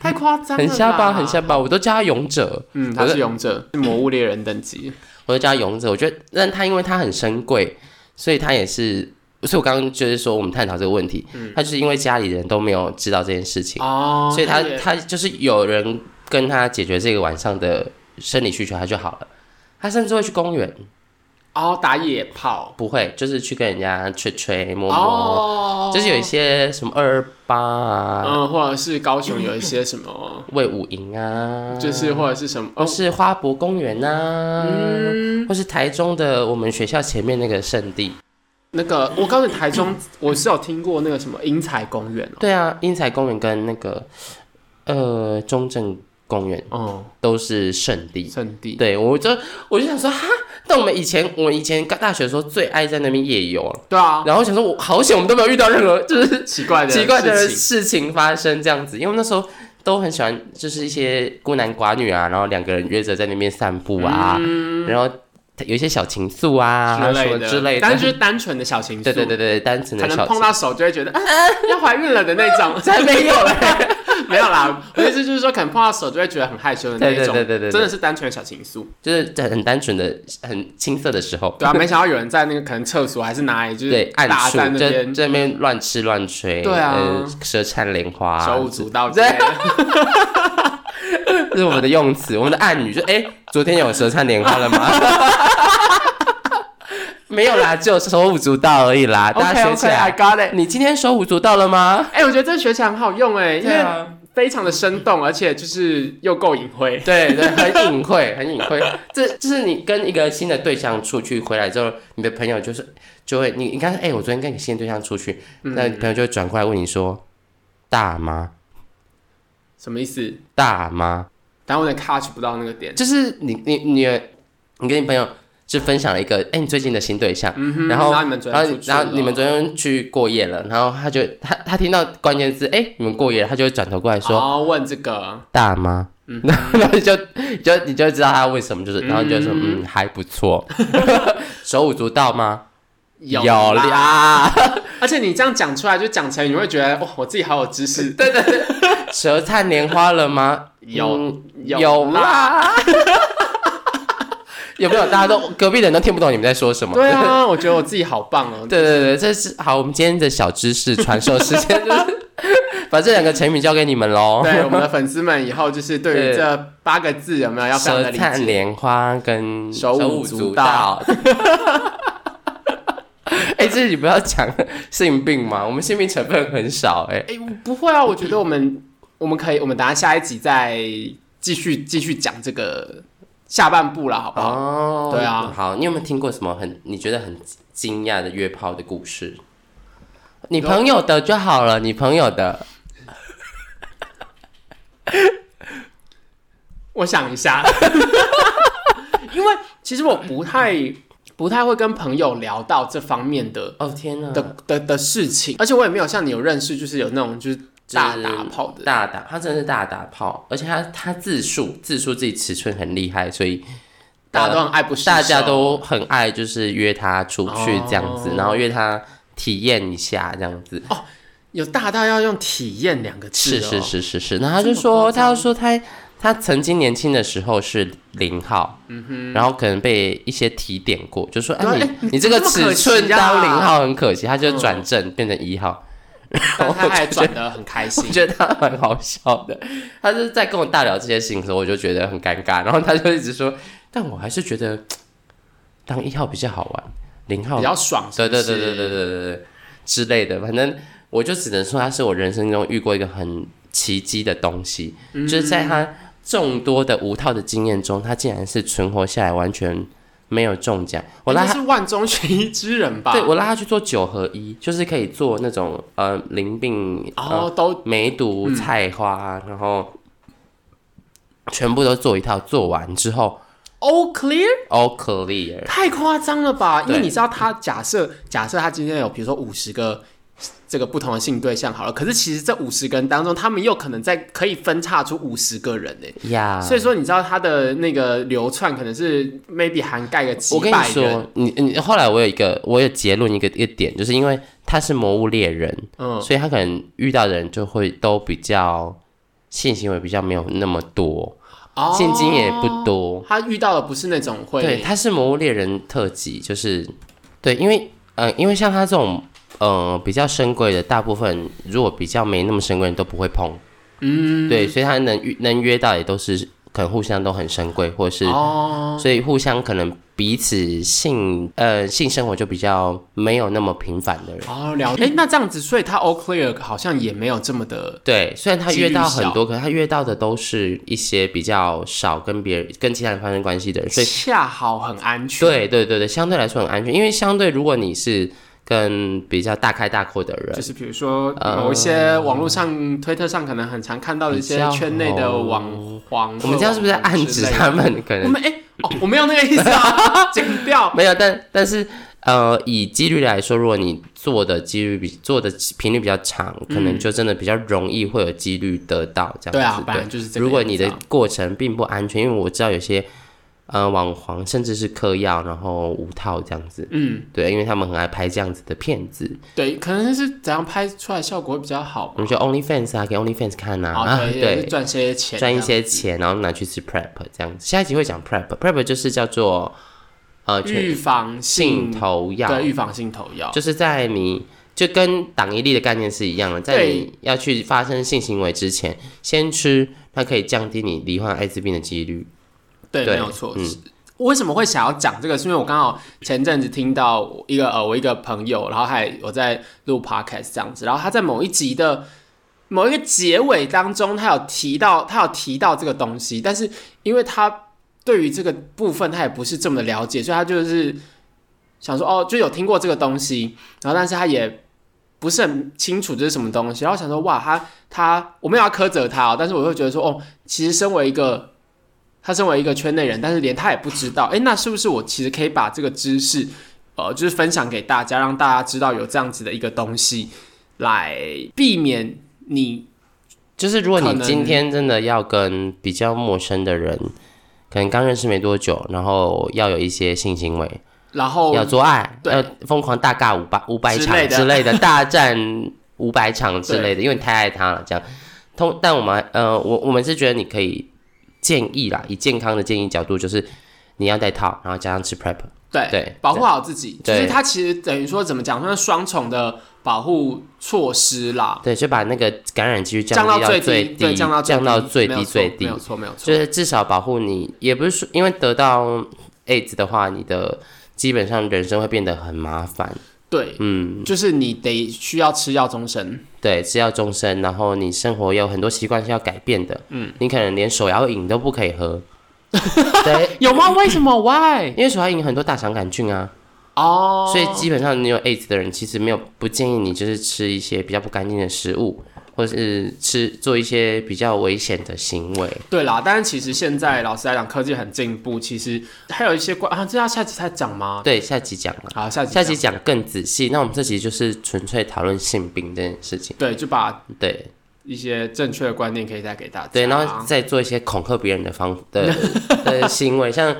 Speaker 1: 太夸张了，
Speaker 2: 很瞎吧，很。瞎吧，我都叫他勇者。
Speaker 1: 嗯，他是勇者，是魔物猎人等级。
Speaker 2: 我就叫他勇者。我觉得，但他因为他很珍贵，所以他也是，所以我刚刚就是说我们探讨这个问题，他就是因为家里人都没有知道这件事情，
Speaker 1: 嗯哦，
Speaker 2: 嗯所以他
Speaker 1: 也
Speaker 2: 他就是有人跟他解决这个晚上的生理需求，他就好了。他甚至会去公园，
Speaker 1: 哦打野炮，
Speaker 2: 不会，就是去跟人家吹吹摸摸，
Speaker 1: 哦，
Speaker 2: 就是有一些什么二二八啊、
Speaker 1: 嗯，或者是高雄有一些什么，
Speaker 2: 魏武营啊，
Speaker 1: 就是或者是什么，
Speaker 2: 或
Speaker 1: 哦，
Speaker 2: 是花博公园啊，
Speaker 1: 嗯，
Speaker 2: 或是台中的我们学校前面那个圣地，
Speaker 1: 那个我告诉你，台中我是有听过那个什么英才公园哦
Speaker 2: 对啊，英才公园跟那个呃中正公园
Speaker 1: 哦，
Speaker 2: 都是圣
Speaker 1: 嗯，
Speaker 2: 地。
Speaker 1: 圣地，
Speaker 2: 对，我就我就想说哈，但我们以前我们以前大学的时候最爱在那边夜游，
Speaker 1: 对啊，
Speaker 2: 然后想说我好险，我们都没有遇到任何就是
Speaker 1: 奇怪的
Speaker 2: 奇怪的
Speaker 1: 事情，
Speaker 2: 事情发生这样子，因为那时候都很喜欢就是一些孤男寡女啊，然后两个人约着在那边散步啊，然后有一些小情愫啊
Speaker 1: 嗯之
Speaker 2: 什
Speaker 1: 类
Speaker 2: 么
Speaker 1: 的
Speaker 2: 之类的，
Speaker 1: 但是就是单纯的小情愫，
Speaker 2: 对对对对，单纯
Speaker 1: 可
Speaker 2: 的小
Speaker 1: 能碰到手就会觉得、啊、要怀孕了的那 种，
Speaker 2: 才没有嘞。
Speaker 1: 没有啦，我的意思就是说，可能碰到手就会觉得很害羞的那一种，
Speaker 2: 对对对对对对
Speaker 1: 真的是单纯的小情愫，
Speaker 2: 就是在很单纯的、很青涩的时候，
Speaker 1: 对啊，没想到有人在那个可能厕所还是哪里，就是
Speaker 2: 对暗
Speaker 1: 大
Speaker 2: 处
Speaker 1: 在那
Speaker 2: 在
Speaker 1: 边
Speaker 2: 在那边乱吃乱吹，
Speaker 1: 对啊
Speaker 2: 呃舌灿莲花，啊
Speaker 1: 手舞足蹈之 类的，
Speaker 2: 这是我们的用词，我们的暗语就哎、昨天有舌灿莲花了吗？ 没有啦，只有手舞足蹈而已啦，大家学起
Speaker 1: OK，OK，I
Speaker 2: 来。
Speaker 1: got it。
Speaker 2: 你今天手舞足蹈了吗？
Speaker 1: 哎、我觉得这学起来很好用哎、因
Speaker 2: 对
Speaker 1: 为
Speaker 2: 啊，
Speaker 1: 非常的生动，而且就是又够隐晦。
Speaker 2: 对对，很隐晦，很隐晦。 这就是你跟一个新的对象出去，回来之后，你的朋友就是就会，你你看，哎、我昨天跟一个新的对象出去，那你朋友就会转过来问你说，大吗？
Speaker 1: 什么意思？
Speaker 2: 大吗？
Speaker 1: 但我有点 catch 不到那个点。
Speaker 2: 就是你你你你跟你朋友就分享了一个，哎、你最近的新对象，
Speaker 1: 嗯哼，
Speaker 2: 然后
Speaker 1: 然后你们昨
Speaker 2: 然
Speaker 1: 天
Speaker 2: 后
Speaker 1: 出去
Speaker 2: 然后你们
Speaker 1: 了
Speaker 2: 昨天去过夜了，然后他就他他听到关键字，哎、你们过夜了，他就会转头过来说、
Speaker 1: 哦问这个，
Speaker 2: 大吗？
Speaker 1: 嗯
Speaker 2: 然后然后你就你就你就知道他为什么就是，然后你就说嗯还不错， 手舞足蹈吗？
Speaker 1: 有
Speaker 2: 有
Speaker 1: 啦。
Speaker 2: 啦，
Speaker 1: 而且你这样讲出来，就讲成你会觉得哇，哦我自己好有知识。对对，
Speaker 2: 舌灿莲花了吗？
Speaker 1: 有
Speaker 2: 嗯
Speaker 1: 有
Speaker 2: 有
Speaker 1: 啦。
Speaker 2: 啦， 有没有？大家都隔壁的人都听不懂你们在说什么。
Speaker 1: 对啊，我觉得我自己好棒 哦。
Speaker 2: 对对对，这是好，我们今天的小知识传授时间就是 把这两个成语交给你们喽。
Speaker 1: 对我们的粉丝们，以后就是对于
Speaker 2: 哦对
Speaker 1: 这八个字有没有要非常
Speaker 2: 舌
Speaker 1: 的理
Speaker 2: 灿
Speaker 1: 解？
Speaker 2: 莲花跟
Speaker 1: 手舞足蹈。
Speaker 2: 哎、这你不要讲性病嘛，我们性病成分很少哎、
Speaker 1: 哎，我不会啊，我觉得我们我们可以，我们等下下一集再继续继续讲这个下半部了，好不好？
Speaker 2: 哦
Speaker 1: 对啊
Speaker 2: 好，你有没有听过什么很你觉得很惊讶的约炮的故事？你朋友的就好了，你朋友的。
Speaker 1: 我想一下， 因为其实我不太不太会跟朋友聊到这方面的
Speaker 2: 哦天哪，
Speaker 1: 的的的事情，而且我也没有像你有认识，就是有那种就是大打炮的。
Speaker 2: 嗯大打，他真的是大打炮，而且他他自述自述自己尺寸很厉害，所以
Speaker 1: 大家都很爱不释手，
Speaker 2: 大家都很爱，就是约他出去
Speaker 1: 哦
Speaker 2: 这样子，然后约他体验一下这样子。
Speaker 1: 有大到要用“体验”两个字、
Speaker 2: 是
Speaker 1: 哦，
Speaker 2: 是，是是是，然后他就
Speaker 1: 这么
Speaker 2: 说，
Speaker 1: 夸张
Speaker 2: 他就说他他曾经年轻的时候是零号，然后可能被一些提点过，就说哎、
Speaker 1: 嗯对啊哎
Speaker 2: 你你这个
Speaker 1: 这么可
Speaker 2: 尺
Speaker 1: 惜嗯
Speaker 2: 寸
Speaker 1: 啊
Speaker 2: 当零号很可惜，他就转正变成一号，
Speaker 1: 但他还转得很开
Speaker 2: 我
Speaker 1: 心。
Speaker 2: 觉得他蛮好笑的。他就是在跟我大聊这些事情的时候，我就觉得很尴尬，然后他就一直说，但我还是觉得当一号比较好玩，零号
Speaker 1: 比较爽是
Speaker 2: 对
Speaker 1: 不是
Speaker 2: 对对对对对对对之类的，反正我就只能说，它是我人生中遇过一个很奇迹的东西，
Speaker 1: 嗯
Speaker 2: 就是在他众多的无套的经验中，他竟然是存活下来，完全没有中奖。我拉
Speaker 1: 应该
Speaker 2: 他，
Speaker 1: 是万中选一之人吧？
Speaker 2: 对我拉他去做九合一，就是可以做那种呃淋病、
Speaker 1: 然
Speaker 2: 呃
Speaker 1: 后哦都
Speaker 2: 梅
Speaker 1: 嗯
Speaker 2: 毒、菜花，然后全部都做一套，做完之后，
Speaker 1: all clear，
Speaker 2: all clear，
Speaker 1: 太夸张了吧？因为
Speaker 2: 对
Speaker 1: 你知道他假设假设他今天有比如说五十个这个不同的性对象好了，可是其实这五十个人当中，他们又可能在可以分叉出五十个人呢、
Speaker 2: 呀、
Speaker 1: 所以说，你知道他的那个流窜可能是 maybe 涵盖个几
Speaker 2: 我跟你
Speaker 1: 百人，
Speaker 2: 说，你你后来我有一个，我有结论一个一个点，就是因为他是魔物猎人，
Speaker 1: 嗯，
Speaker 2: 所以他可能遇到的人就会都比较性行为比较没有那么多，
Speaker 1: 哦
Speaker 2: 现金也不。多。
Speaker 1: 他遇到的不是那种会，
Speaker 2: 对，他是魔物猎人特辑，就是对，因为嗯、呃因为像他这种呃比较深贵的，大部分如果比较没那么深贵的都不会碰。嗯，对，所以他能遇能约到也都是可能互相都很深贵，或者是
Speaker 1: 哦，
Speaker 2: 所以互相可能彼此性呃性生活就比较没有那么频繁的人。
Speaker 1: 哦了解。哎、那这样子，所以他 all clear 好像也没有这么的
Speaker 2: 对，虽然他
Speaker 1: 几率
Speaker 2: 约到
Speaker 1: 小
Speaker 2: 很多，可是他约到的都是一些比较少跟别人跟其他人发生关系的人，所以
Speaker 1: 恰好很安全。
Speaker 2: 对对对对，相对来说很安全。因为相对如果你是跟比较大开大阔的人
Speaker 1: 就，是比如说某一些网络上、推特上可能很常看到的一
Speaker 2: 比
Speaker 1: 些
Speaker 2: 较
Speaker 1: 圈内的网黄，
Speaker 2: 我们这样是不是在暗指
Speaker 1: 之类的
Speaker 2: 他？们可
Speaker 1: 我
Speaker 2: 能
Speaker 1: 们哎、哦，我没有那个意思啊， 剪掉。
Speaker 2: 没有？但但是呃，以几率来说，如果你做的几率比做的频率比较长，可能就真的比较容易会有几率得到这样
Speaker 1: 嗯
Speaker 2: 子。
Speaker 1: 对啊，本
Speaker 2: 对
Speaker 1: 来。就是这个样子啊。
Speaker 2: 如果你的过程并不安全，因为我知道有些呃网黄甚至是嗑药，然后无套这样子，
Speaker 1: 嗯，
Speaker 2: 对，因为他们很爱拍这样子的片子，
Speaker 1: 对，可能是怎样拍出来效果会比较好
Speaker 2: 我们就 OnlyFans 啊，给 OnlyFans 看啊，
Speaker 1: 啊，
Speaker 2: 啊
Speaker 1: 哦对，也是
Speaker 2: 对，
Speaker 1: 赚些钱，
Speaker 2: 赚一些钱，然后拿去吃 prep 这样子。下一集会讲 prep，prep 就是叫做呃
Speaker 1: 这样预防
Speaker 2: 性
Speaker 1: 性
Speaker 2: 投药，
Speaker 1: 对，预防性投药。
Speaker 2: 就是在你就跟党一力的概念是一样的，在
Speaker 1: 对
Speaker 2: 你要去发生性行为之前，先吃，它可以降低你罹患艾滋病的几率。
Speaker 1: 对，
Speaker 2: 对
Speaker 1: 没有错。
Speaker 2: 嗯
Speaker 1: 是为什么会想要讲这个？是因为我刚好前阵子听到一个呃，我一个朋友，然后还我在录 podcast 这样子，然后他在某一集的某一个结尾当中，他有提到他有提到这个东西，但是因为他对于这个部分他也不是这么的了解，所以他就是想说哦，就有听过这个东西，然后但是他也不是很清楚这是什么东西，然后想说哇，他他我没有要苛责他、哦，但是我会觉得说哦，其实身为一个他身为一个圈内人，但是连他也不知道，诶，那是不是我其实可以把这个知识，呃，就是分享给大家，让大家知道有这样子的一个东西，来避免你
Speaker 2: 就是如果
Speaker 1: 可
Speaker 2: 你
Speaker 1: 能
Speaker 2: 今天真的要跟比较陌生的人，可能刚认识没多久，然后要有一些性行为，
Speaker 1: 然后
Speaker 2: 要做爱，
Speaker 1: 哦对
Speaker 2: 要疯狂大尬五百五百
Speaker 1: 之类
Speaker 2: 场
Speaker 1: 的
Speaker 2: 之类 的，大战五百场之类的，因为你太爱他了，这样。通，但我们呃，我我们是觉得你可以建议啦，以健康的建议角度，就是你要戴套，然后加上吃 prep，
Speaker 1: 对
Speaker 2: 对
Speaker 1: 哎保护好自己，就
Speaker 2: 对
Speaker 1: 是他其实等于说怎么讲，算是双重的保护措施啦，
Speaker 2: 对，就把那个感染几率
Speaker 1: 降
Speaker 2: 低到
Speaker 1: 最
Speaker 2: 最
Speaker 1: 对，降到
Speaker 2: 降到
Speaker 1: 最
Speaker 2: 最
Speaker 1: 低没有
Speaker 2: 低
Speaker 1: 错
Speaker 2: 最低
Speaker 1: 没有，错，没有错，
Speaker 2: 就是至少保护你，也不是说因为得到 AIDS 的话，你的基本上人生会变得很麻烦。
Speaker 1: 对，
Speaker 2: 嗯，
Speaker 1: 就是你得需要吃药终身，
Speaker 2: 对，吃药终身，然后你生活也有很多习惯是要改变的。嗯，你可能连手摇饮都不可以喝。 对，
Speaker 1: 有吗？为什么？Why？
Speaker 2: 因为手摇饮有很多大肠杆菌啊，
Speaker 1: 哦，
Speaker 2: 所以基本上你有 AIDS 的人，其实没有不建议你就是吃一些比较不干净的食物，或是吃做一些比较危险的行为。
Speaker 1: 对啦，但是其实现在老实来讲，科技很进步，其实还有一些关啊，这要下集再讲吗？
Speaker 2: 对，下集讲了。
Speaker 1: 好，下集
Speaker 2: 下
Speaker 1: 讲
Speaker 2: 集讲更仔细，那我们这集就是纯粹讨论性病这件事情。
Speaker 1: 对，就把
Speaker 2: 对
Speaker 1: 一些正确的观念可以带给大家。
Speaker 2: 对，然后再做一些恐吓别人的方的的行为，像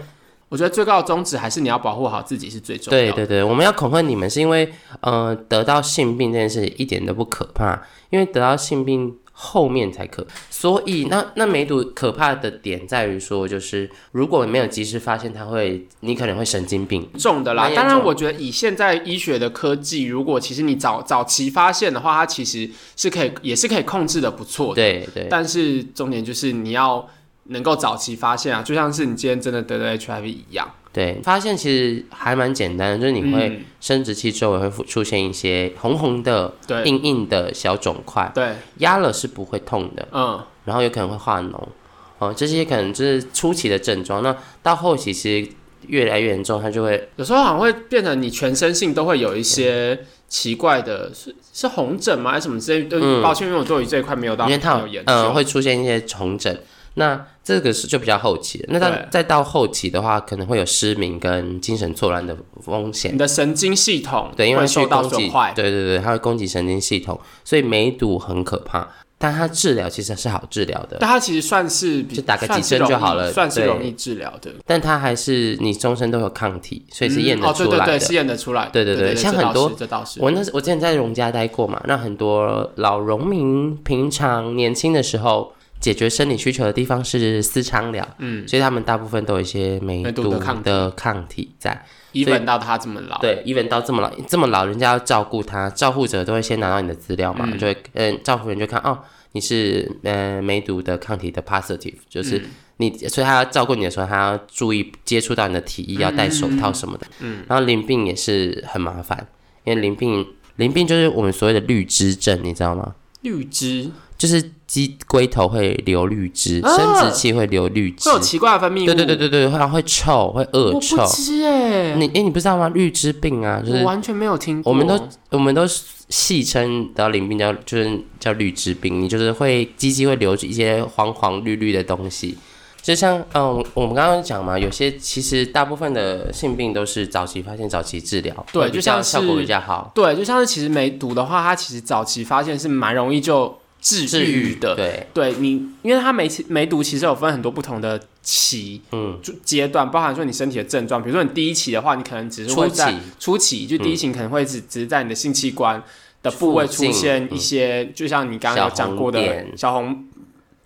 Speaker 1: 我觉得最高的宗旨还是你要保护好自己是最重要
Speaker 2: 对
Speaker 1: 的。
Speaker 2: 对对，我们要恐吓你们是因为呃得到性病这件事一点都不可怕，因为得到性病后面才可，所以那那梅毒可怕的点在于说，就是如果没有及时发现，它会你可能会神经病。
Speaker 1: 重的啦
Speaker 2: 蛮，严
Speaker 1: 当
Speaker 2: 重
Speaker 1: 然，我觉得以现在医学的科技，如果其实你早早期发现的话，它其实是可以，也是可以控制的不错的。
Speaker 2: 对对
Speaker 1: 但是重点就是你要能够早期发现啊，就像是你今天真的得了 HIV 一样，
Speaker 2: 对，发现其实还蛮简单的，就是你会
Speaker 1: 嗯
Speaker 2: 生殖器周围会出现一些红红的、
Speaker 1: 对
Speaker 2: 硬硬的小肿块，
Speaker 1: 对，
Speaker 2: 压了是不会痛的。
Speaker 1: 嗯，
Speaker 2: 然后有可能会化脓，哦，这些可能就是初期的症状。那到后期其实越来越严重，它就会
Speaker 1: 有时候好像会变成你全身性都会有一些奇怪的，是是红疹吗？还是什么之类的？对
Speaker 2: 嗯
Speaker 1: 抱歉，因为我对于这一块没有到
Speaker 2: 因为它呃
Speaker 1: 很有
Speaker 2: 有
Speaker 1: 研究。
Speaker 2: 嗯会出现一些重疹，那这个是就比较后期了。那到
Speaker 1: 对
Speaker 2: 再到后期的话，可能会有失明跟精神错乱的风险。
Speaker 1: 你的神经系统
Speaker 2: 对，因为
Speaker 1: 会
Speaker 2: 去
Speaker 1: 受到
Speaker 2: 攻
Speaker 1: 损
Speaker 2: 击，
Speaker 1: 坏。
Speaker 2: 对对对，它会攻击神经系统，所以梅毒很可怕，但它治疗其实是好治疗的，
Speaker 1: 但它其实算是比
Speaker 2: 就打个
Speaker 1: 算
Speaker 2: 几
Speaker 1: 是
Speaker 2: 针就
Speaker 1: 容易
Speaker 2: 好了
Speaker 1: 算是
Speaker 2: 对
Speaker 1: 容易治疗的，
Speaker 2: 但它还是你终身都有抗体，所以是验
Speaker 1: 嗯
Speaker 2: 得
Speaker 1: 哦，对
Speaker 2: 出
Speaker 1: 对
Speaker 2: 来的。
Speaker 1: 对，是验得出来的，
Speaker 2: 对对
Speaker 1: 对
Speaker 2: 对像
Speaker 1: 这倒
Speaker 2: 很多
Speaker 1: 是这倒是，
Speaker 2: 我那时我之前在荣家待过嘛，那很多老农民平常年轻的时候解决生理需求的地方是私娼疗，
Speaker 1: 嗯，
Speaker 2: 所以他们大部分都有一些梅
Speaker 1: 梅毒
Speaker 2: 毒
Speaker 1: 的抗体
Speaker 2: 的抗体在。
Speaker 1: 一本到他这么老，
Speaker 2: 对，even 到这么老，这么老，人家要照顾他，照顾者都会先拿到你的资料嘛，
Speaker 1: 嗯
Speaker 2: 就会嗯、照顾人就看哦，你是呃梅毒的抗体的 positive，就是
Speaker 1: 嗯
Speaker 2: 你，所以他要照顾你的时候，他要注意接触到你的体液，要戴手套什么的。嗯，然后淋病也是很麻烦，因为淋病淋病就是我们所谓的绿枝症，你知道吗？
Speaker 1: 绿枝
Speaker 2: 就是鸡龟头会流绿汁，
Speaker 1: 啊
Speaker 2: 生殖器会流绿汁
Speaker 1: 会，有奇怪的分泌物，
Speaker 2: 对对对，对对，然后会臭，会恶
Speaker 1: 我
Speaker 2: 臭
Speaker 1: 不。知哎，
Speaker 2: 你哎，你不知道吗？绿枝病啊，就是
Speaker 1: 我完全没有听过，
Speaker 2: 我们都我们都戏称得淋病叫就是叫绿枝病，你就是会鸡鸡会流一些黄黄绿绿的东西，就像嗯我我们刚刚讲嘛，有些其实大部分的性病都是早期发现、早期治疗，
Speaker 1: 对
Speaker 2: 会比
Speaker 1: 就像
Speaker 2: 较效果
Speaker 1: 是
Speaker 2: 比较好，
Speaker 1: 对，就像是其实梅毒的话，它其实早期发现是蛮容易就治愈的。
Speaker 2: 对，
Speaker 1: 对你，因为它梅其梅毒其实有分很多不同的期
Speaker 2: 嗯，
Speaker 1: 就阶段，包含说你身体的症状，比如说你第一期的话，你可能只是
Speaker 2: 初
Speaker 1: 会
Speaker 2: 期嗯
Speaker 1: 在初期，就第一期你可能会只只是在你的性器官的部位
Speaker 2: 附
Speaker 1: 出
Speaker 2: 近
Speaker 1: 现一
Speaker 2: 嗯
Speaker 1: 些，就像你刚刚有讲过
Speaker 2: 小红
Speaker 1: 的
Speaker 2: 点
Speaker 1: 小红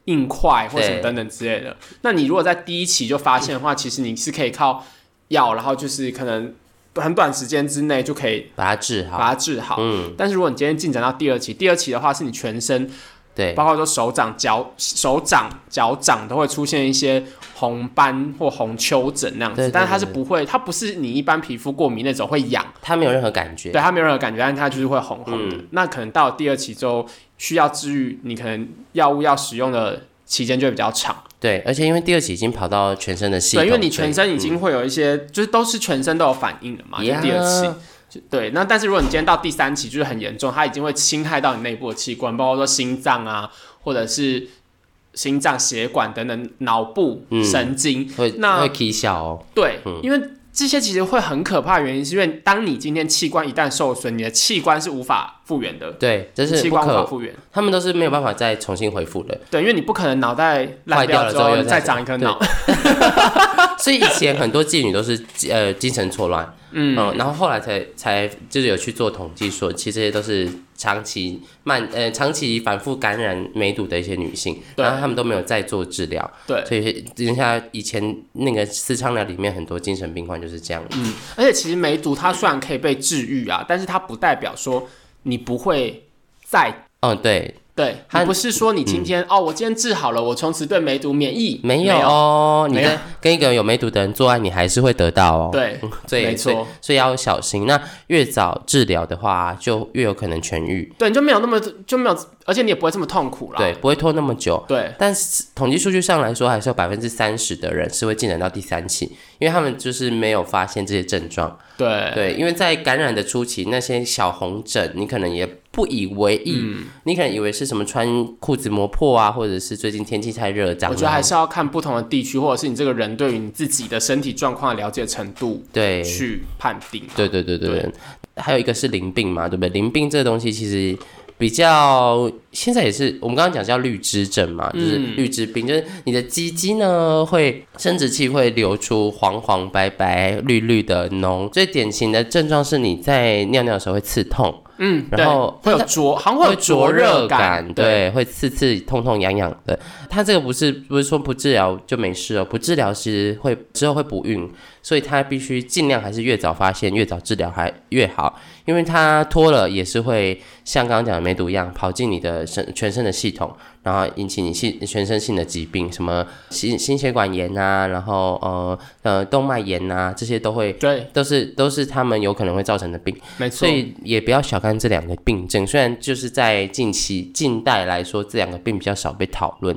Speaker 1: 硬块或什么
Speaker 2: 对
Speaker 1: 等等之类的。那你如果在第一期就发现的话，其实你是可以靠药，然后就是可能很短时间之内就可以
Speaker 2: 把它治好，
Speaker 1: 把它治好。
Speaker 2: 嗯，
Speaker 1: 但是如果你今天进展到第二期，第二期的话是你全身，
Speaker 2: 对，
Speaker 1: 包括说手掌、脚、手掌、脚掌都会出现一些红斑或红丘疹那样子，
Speaker 2: 对对
Speaker 1: 但是它
Speaker 2: 对
Speaker 1: 是不会，它不是你一般皮肤过敏那种会痒，
Speaker 2: 它没有任何感觉
Speaker 1: 对，它没有任何感觉，但是它就是会红红的。
Speaker 2: 嗯
Speaker 1: 那可能到第二期之后，需要治愈，你可能药物要使用的期间就会比较长，
Speaker 2: 对，而且因为第二期已经跑到全身的系统，
Speaker 1: 对，因为你全身已
Speaker 2: 嗯
Speaker 1: 经会有一些，就是都是全身都有反应了嘛，就
Speaker 2: 呀
Speaker 1: 第二期。对，那但是如果你今天到第三期就是很严重，它已经会侵害到你内部的器官，包括说心脏啊，或者是心脏血管等等，脑部、
Speaker 2: 嗯
Speaker 1: 神经。
Speaker 2: 会
Speaker 1: 那
Speaker 2: 会起笑哦，
Speaker 1: 对，
Speaker 2: 嗯
Speaker 1: 因为这些其实会很可怕，的原因是因为当你今天器官一旦受损，你的器官是无法复原的，
Speaker 2: 对，这是
Speaker 1: 器
Speaker 2: 不
Speaker 1: 官无法
Speaker 2: 可，
Speaker 1: 复原。
Speaker 2: 他们都是没有办法再重新恢复的。
Speaker 1: 对，因为你不可能脑袋烂
Speaker 2: 坏掉了
Speaker 1: 之
Speaker 2: 之后
Speaker 1: 后
Speaker 2: 又
Speaker 1: 再
Speaker 2: 再
Speaker 1: 长一颗脑。
Speaker 2: 所以以前很多妓女都是呃精神错乱，嗯
Speaker 1: 嗯，
Speaker 2: 然后后来才才就是有去做统计说，其实这些都是长期慢呃长期反复感染梅毒的一些女性，
Speaker 1: 对
Speaker 2: 然后她们都没有再做治疗，
Speaker 1: 对，
Speaker 2: 所以人家以前那个私娼疗里面很多精神病患就是这样，
Speaker 1: 嗯，而且其实梅毒它虽然可以被治愈啊，但是它不代表说你不会再
Speaker 2: 哦对，
Speaker 1: 对，
Speaker 2: 它
Speaker 1: 还不是说你今天、哦，我今天治好了，我从此对梅毒免疫，
Speaker 2: 嗯没有
Speaker 1: 有，
Speaker 2: 哦，你
Speaker 1: 没有
Speaker 2: 在跟一个有梅毒的人做爱，你还是会得到哦，
Speaker 1: 对，
Speaker 2: 所以
Speaker 1: 没
Speaker 2: 所以
Speaker 1: 错
Speaker 2: 所以要小心，那越早治疗的话，就越有可能痊愈，
Speaker 1: 对，你就没有那么就没有，而且你也不会这么痛苦啦。
Speaker 2: 对，不会拖那么久。
Speaker 1: 对
Speaker 2: 但是统计数据上来说，还是有百分之三十的人是会进展到第三期，因为他们就是没有发现这些症状。
Speaker 1: 对
Speaker 2: 对，因为在感染的初期，那些小红疹，你可能也不以为意，
Speaker 1: 嗯
Speaker 2: 你可能以为是什么穿裤子磨破啊，或者是最近天气太热长
Speaker 1: 我
Speaker 2: 了。
Speaker 1: 觉得还是要看不同的地区，或者是你这个人对于你自己的身体状况的了解程度
Speaker 2: 对，
Speaker 1: 去判定。
Speaker 2: 对对对对对。还有一个是淋病嘛，对不对？淋病这个东西其实比较现在也是我们刚刚讲叫绿枝症嘛，就是
Speaker 1: 嗯
Speaker 2: 绿枝病，就是你的鸡鸡呢会生殖器会流出黄黄白白绿绿的脓，最典型的症状是你在尿尿的时候会刺痛，
Speaker 1: 嗯，对
Speaker 2: 然，后
Speaker 1: 会有灼，好像会有灼热
Speaker 2: 热
Speaker 1: 感。对，
Speaker 2: 对，会刺刺、痛痛、痒痒的。它这个不是不是说不治疗就没事哦，不治疗是会之后会不孕，所以它必须尽量还是越早发现、越早治疗还越好，因为它脱了也是会像刚刚讲的梅毒一样跑进你的身全身的系统，然后引起你系全身性的疾病，什么心心血管炎啊，然后呃呃动脉炎啊，这些都会。
Speaker 1: 对，
Speaker 2: 都是都是他们有可能会造成的病，
Speaker 1: 没错
Speaker 2: 所。以也不要小看这两个病症，虽然就是在近期近代来说，这两个病比较少被讨论，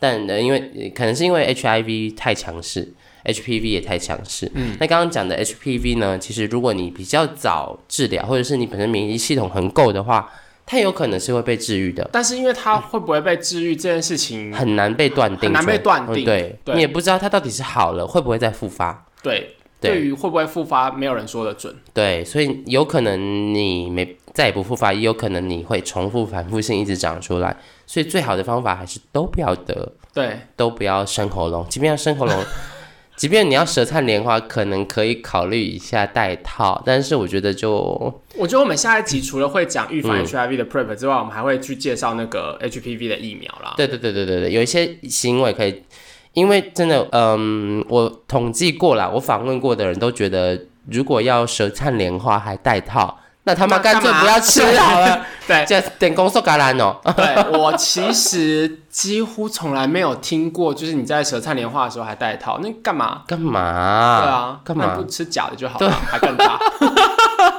Speaker 2: 但呃，因为呃可能是因为 HIV 太强势，HPV 也太强势。嗯，那刚刚讲的 HPV 呢，其实如果你比较早治疗，或者是你本身免疫系统很够的话，他有可能是会被治愈的，
Speaker 1: 但是因为他会不会被治愈这件事情，
Speaker 2: 很难被断定出来，
Speaker 1: 很难被断定
Speaker 2: 嗯对
Speaker 1: 对
Speaker 2: 你也不知道他到底是好了，会不会再复发？
Speaker 1: 对，对
Speaker 2: 对
Speaker 1: 于会不会复发，没有人说得准。
Speaker 2: 对，所以有可能你没再也不复发，也有可能你会重复反复性一直长出来。所以最好的方法还是都不要得，
Speaker 1: 对，
Speaker 2: 都不要生喉咙。即便要生喉咙， 即便你要舌灿莲花，可能可以考虑一下戴套，但是我觉得就
Speaker 1: 我觉得我们下一集除了会讲预防
Speaker 2: 嗯
Speaker 1: HIV 的 PrEP 之外，我们还会去介绍那个 HPV 的疫苗啦。
Speaker 2: 对对对对对对，有一些行为可以，因为真的，嗯，我统计过了，我访问过的人都觉得，如果要舌灿莲花还戴套，那他妈
Speaker 1: 那干
Speaker 2: 干脆
Speaker 1: 嘛
Speaker 2: 不要吃好了，
Speaker 1: 啊 对，
Speaker 2: 这样点工作橄榄哦。
Speaker 1: 对我其实几乎从来没有听过，就是你在舌灿莲花的时候还戴套，那干嘛？
Speaker 2: 干嘛？
Speaker 1: 对啊，
Speaker 2: 干
Speaker 1: 那
Speaker 2: 嘛
Speaker 1: 不吃假的就好
Speaker 2: 对
Speaker 1: 了，还更 大，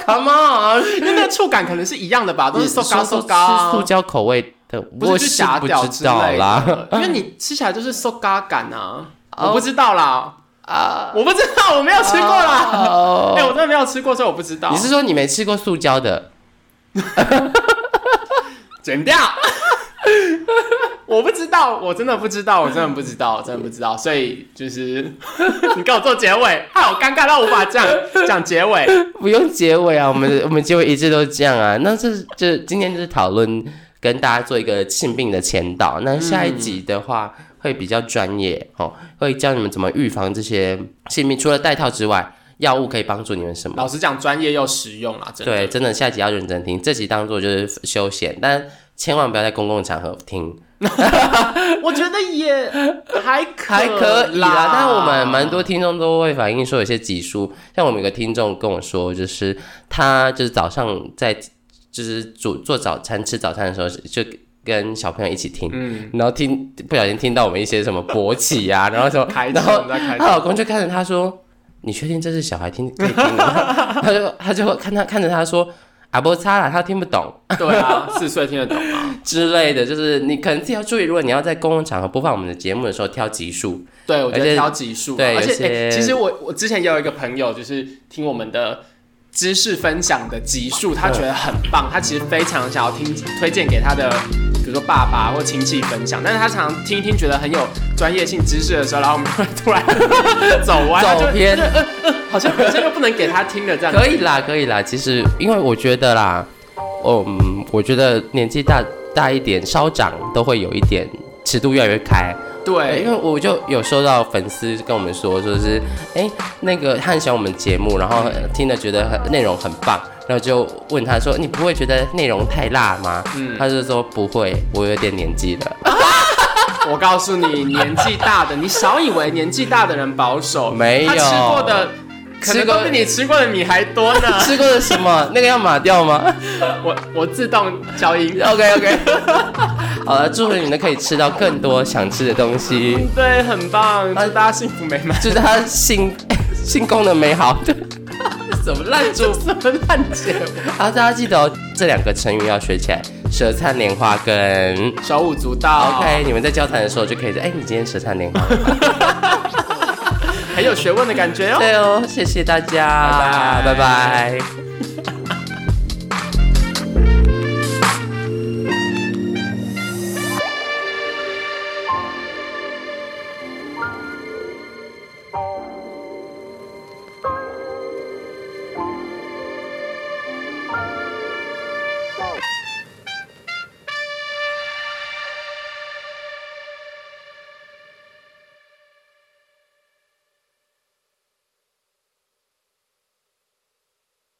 Speaker 2: ？Come on，
Speaker 1: 因为那个触感可能是一样的吧，都是
Speaker 2: 说
Speaker 1: 收高
Speaker 2: 说
Speaker 1: 收
Speaker 2: 是塑
Speaker 1: 高，
Speaker 2: 胶口味的，
Speaker 1: 啊不
Speaker 2: 我
Speaker 1: 就是假
Speaker 2: 不
Speaker 1: 屌之
Speaker 2: 知
Speaker 1: 类
Speaker 2: 道啦。
Speaker 1: 的，因为你吃起来就是收嘎感啊，
Speaker 2: 哦
Speaker 1: 我不知道啦，
Speaker 2: 啊，
Speaker 1: 我不知道，我没有吃过啦，
Speaker 2: 哦
Speaker 1: 哎，我真的没有吃过，所以我不知道
Speaker 2: 你，是说你没吃过塑胶的？
Speaker 1: 剪掉。 我不知道，我真的不知道，我真的不知道，我真的不知道，所以就是 你给我做结尾，害我尴尬到无法 这样讲结尾。
Speaker 2: 不用结尾啊，我们 我们结尾一直都这样啊。那这这今天就是讨论跟大家做一个性病的前导，
Speaker 1: 嗯
Speaker 2: 那下一集的话。会比较专业哦，会教你们怎么预防这些性病。除了戴套之外，药物可以帮助你们什么？
Speaker 1: 老实讲，专业又实用啦，真的。
Speaker 2: 对，真的下集要认真听，这集当做就是休闲，但千万不要在公共场合听，
Speaker 1: 我觉得也还可
Speaker 2: 还可以啦。但
Speaker 1: 是
Speaker 2: 我们蛮多听众都会反映说，有些集数，像我们有个听众跟我说，就是他就是早上在就是煮做早餐吃早餐的时候，就跟小朋友一起听，
Speaker 1: 嗯
Speaker 2: 然后听不小心听到我们一些什么勃起啊，然后什么，
Speaker 1: 开车，
Speaker 2: 然后
Speaker 1: 我们在开
Speaker 2: 她老
Speaker 1: 车，
Speaker 2: 公就看着她说：“你确定这是小孩听可以听的吗？”他就他就看他看着她说：“啊，不差啦，他听不懂。”
Speaker 1: 对啊，四岁听得懂吗？
Speaker 2: 之类的，就是你可能自己要注意，如果你要在公共场合播放我们的节目的时候挑集数，
Speaker 1: 对，我觉
Speaker 2: 而
Speaker 1: 得
Speaker 2: 且
Speaker 1: 挑级数啊，
Speaker 2: 对
Speaker 1: 而
Speaker 2: 有
Speaker 1: 且、
Speaker 2: 些
Speaker 1: 欸其实我我之前也有一个朋友，就是听我们的。知识分享的集
Speaker 2: 嗯
Speaker 1: 数，他觉得很棒，他其实非常想要听推荐给他的，比如说爸爸或亲戚分享，但是他常常听一听觉得很有专业性知识的时候，然后我们会突然 走歪，他就
Speaker 2: 走偏
Speaker 1: 他就呃呃好像好像又不能给他听了这样，
Speaker 2: 可以啦，可以啦。其实因为我觉得啦，嗯，我觉得年纪大大一点，稍长都会有一点尺度越来越开。对，
Speaker 1: 对
Speaker 2: 因为我就有收到粉丝跟我们说，说是哎、那个他很喜欢我们节目，然后呃听了觉得很内容很棒，然后就问他说你不会觉得内容太辣吗？
Speaker 1: 嗯
Speaker 2: 他就说不会，我有点年纪了。
Speaker 1: 我告诉你，年纪大的，你少以为年纪大的人保守，
Speaker 2: 没有
Speaker 1: 他吃过的，可能
Speaker 2: 吃过。
Speaker 1: 都比你吃过的米还多呢
Speaker 2: 吃过的什么？那个要码掉吗？
Speaker 1: 我我自动消音。
Speaker 2: OK OK，好了，祝福你们可以吃到更多想吃的东西，
Speaker 1: 对，很棒，祝大家幸福美 满。
Speaker 2: 祝大家性性功能美好。 什么烂 祝福？
Speaker 1: 什么烂节目？
Speaker 2: 好，大家记得、哦、这两个成语要学起来，舌灿莲花跟。
Speaker 1: 手舞足蹈
Speaker 2: OK，你们在交谈的时候就可以在，哎、你今天舌灿莲花。
Speaker 1: 很有学问的感觉哦。
Speaker 2: 对哦，谢谢大家，
Speaker 1: 拜拜
Speaker 2: 拜拜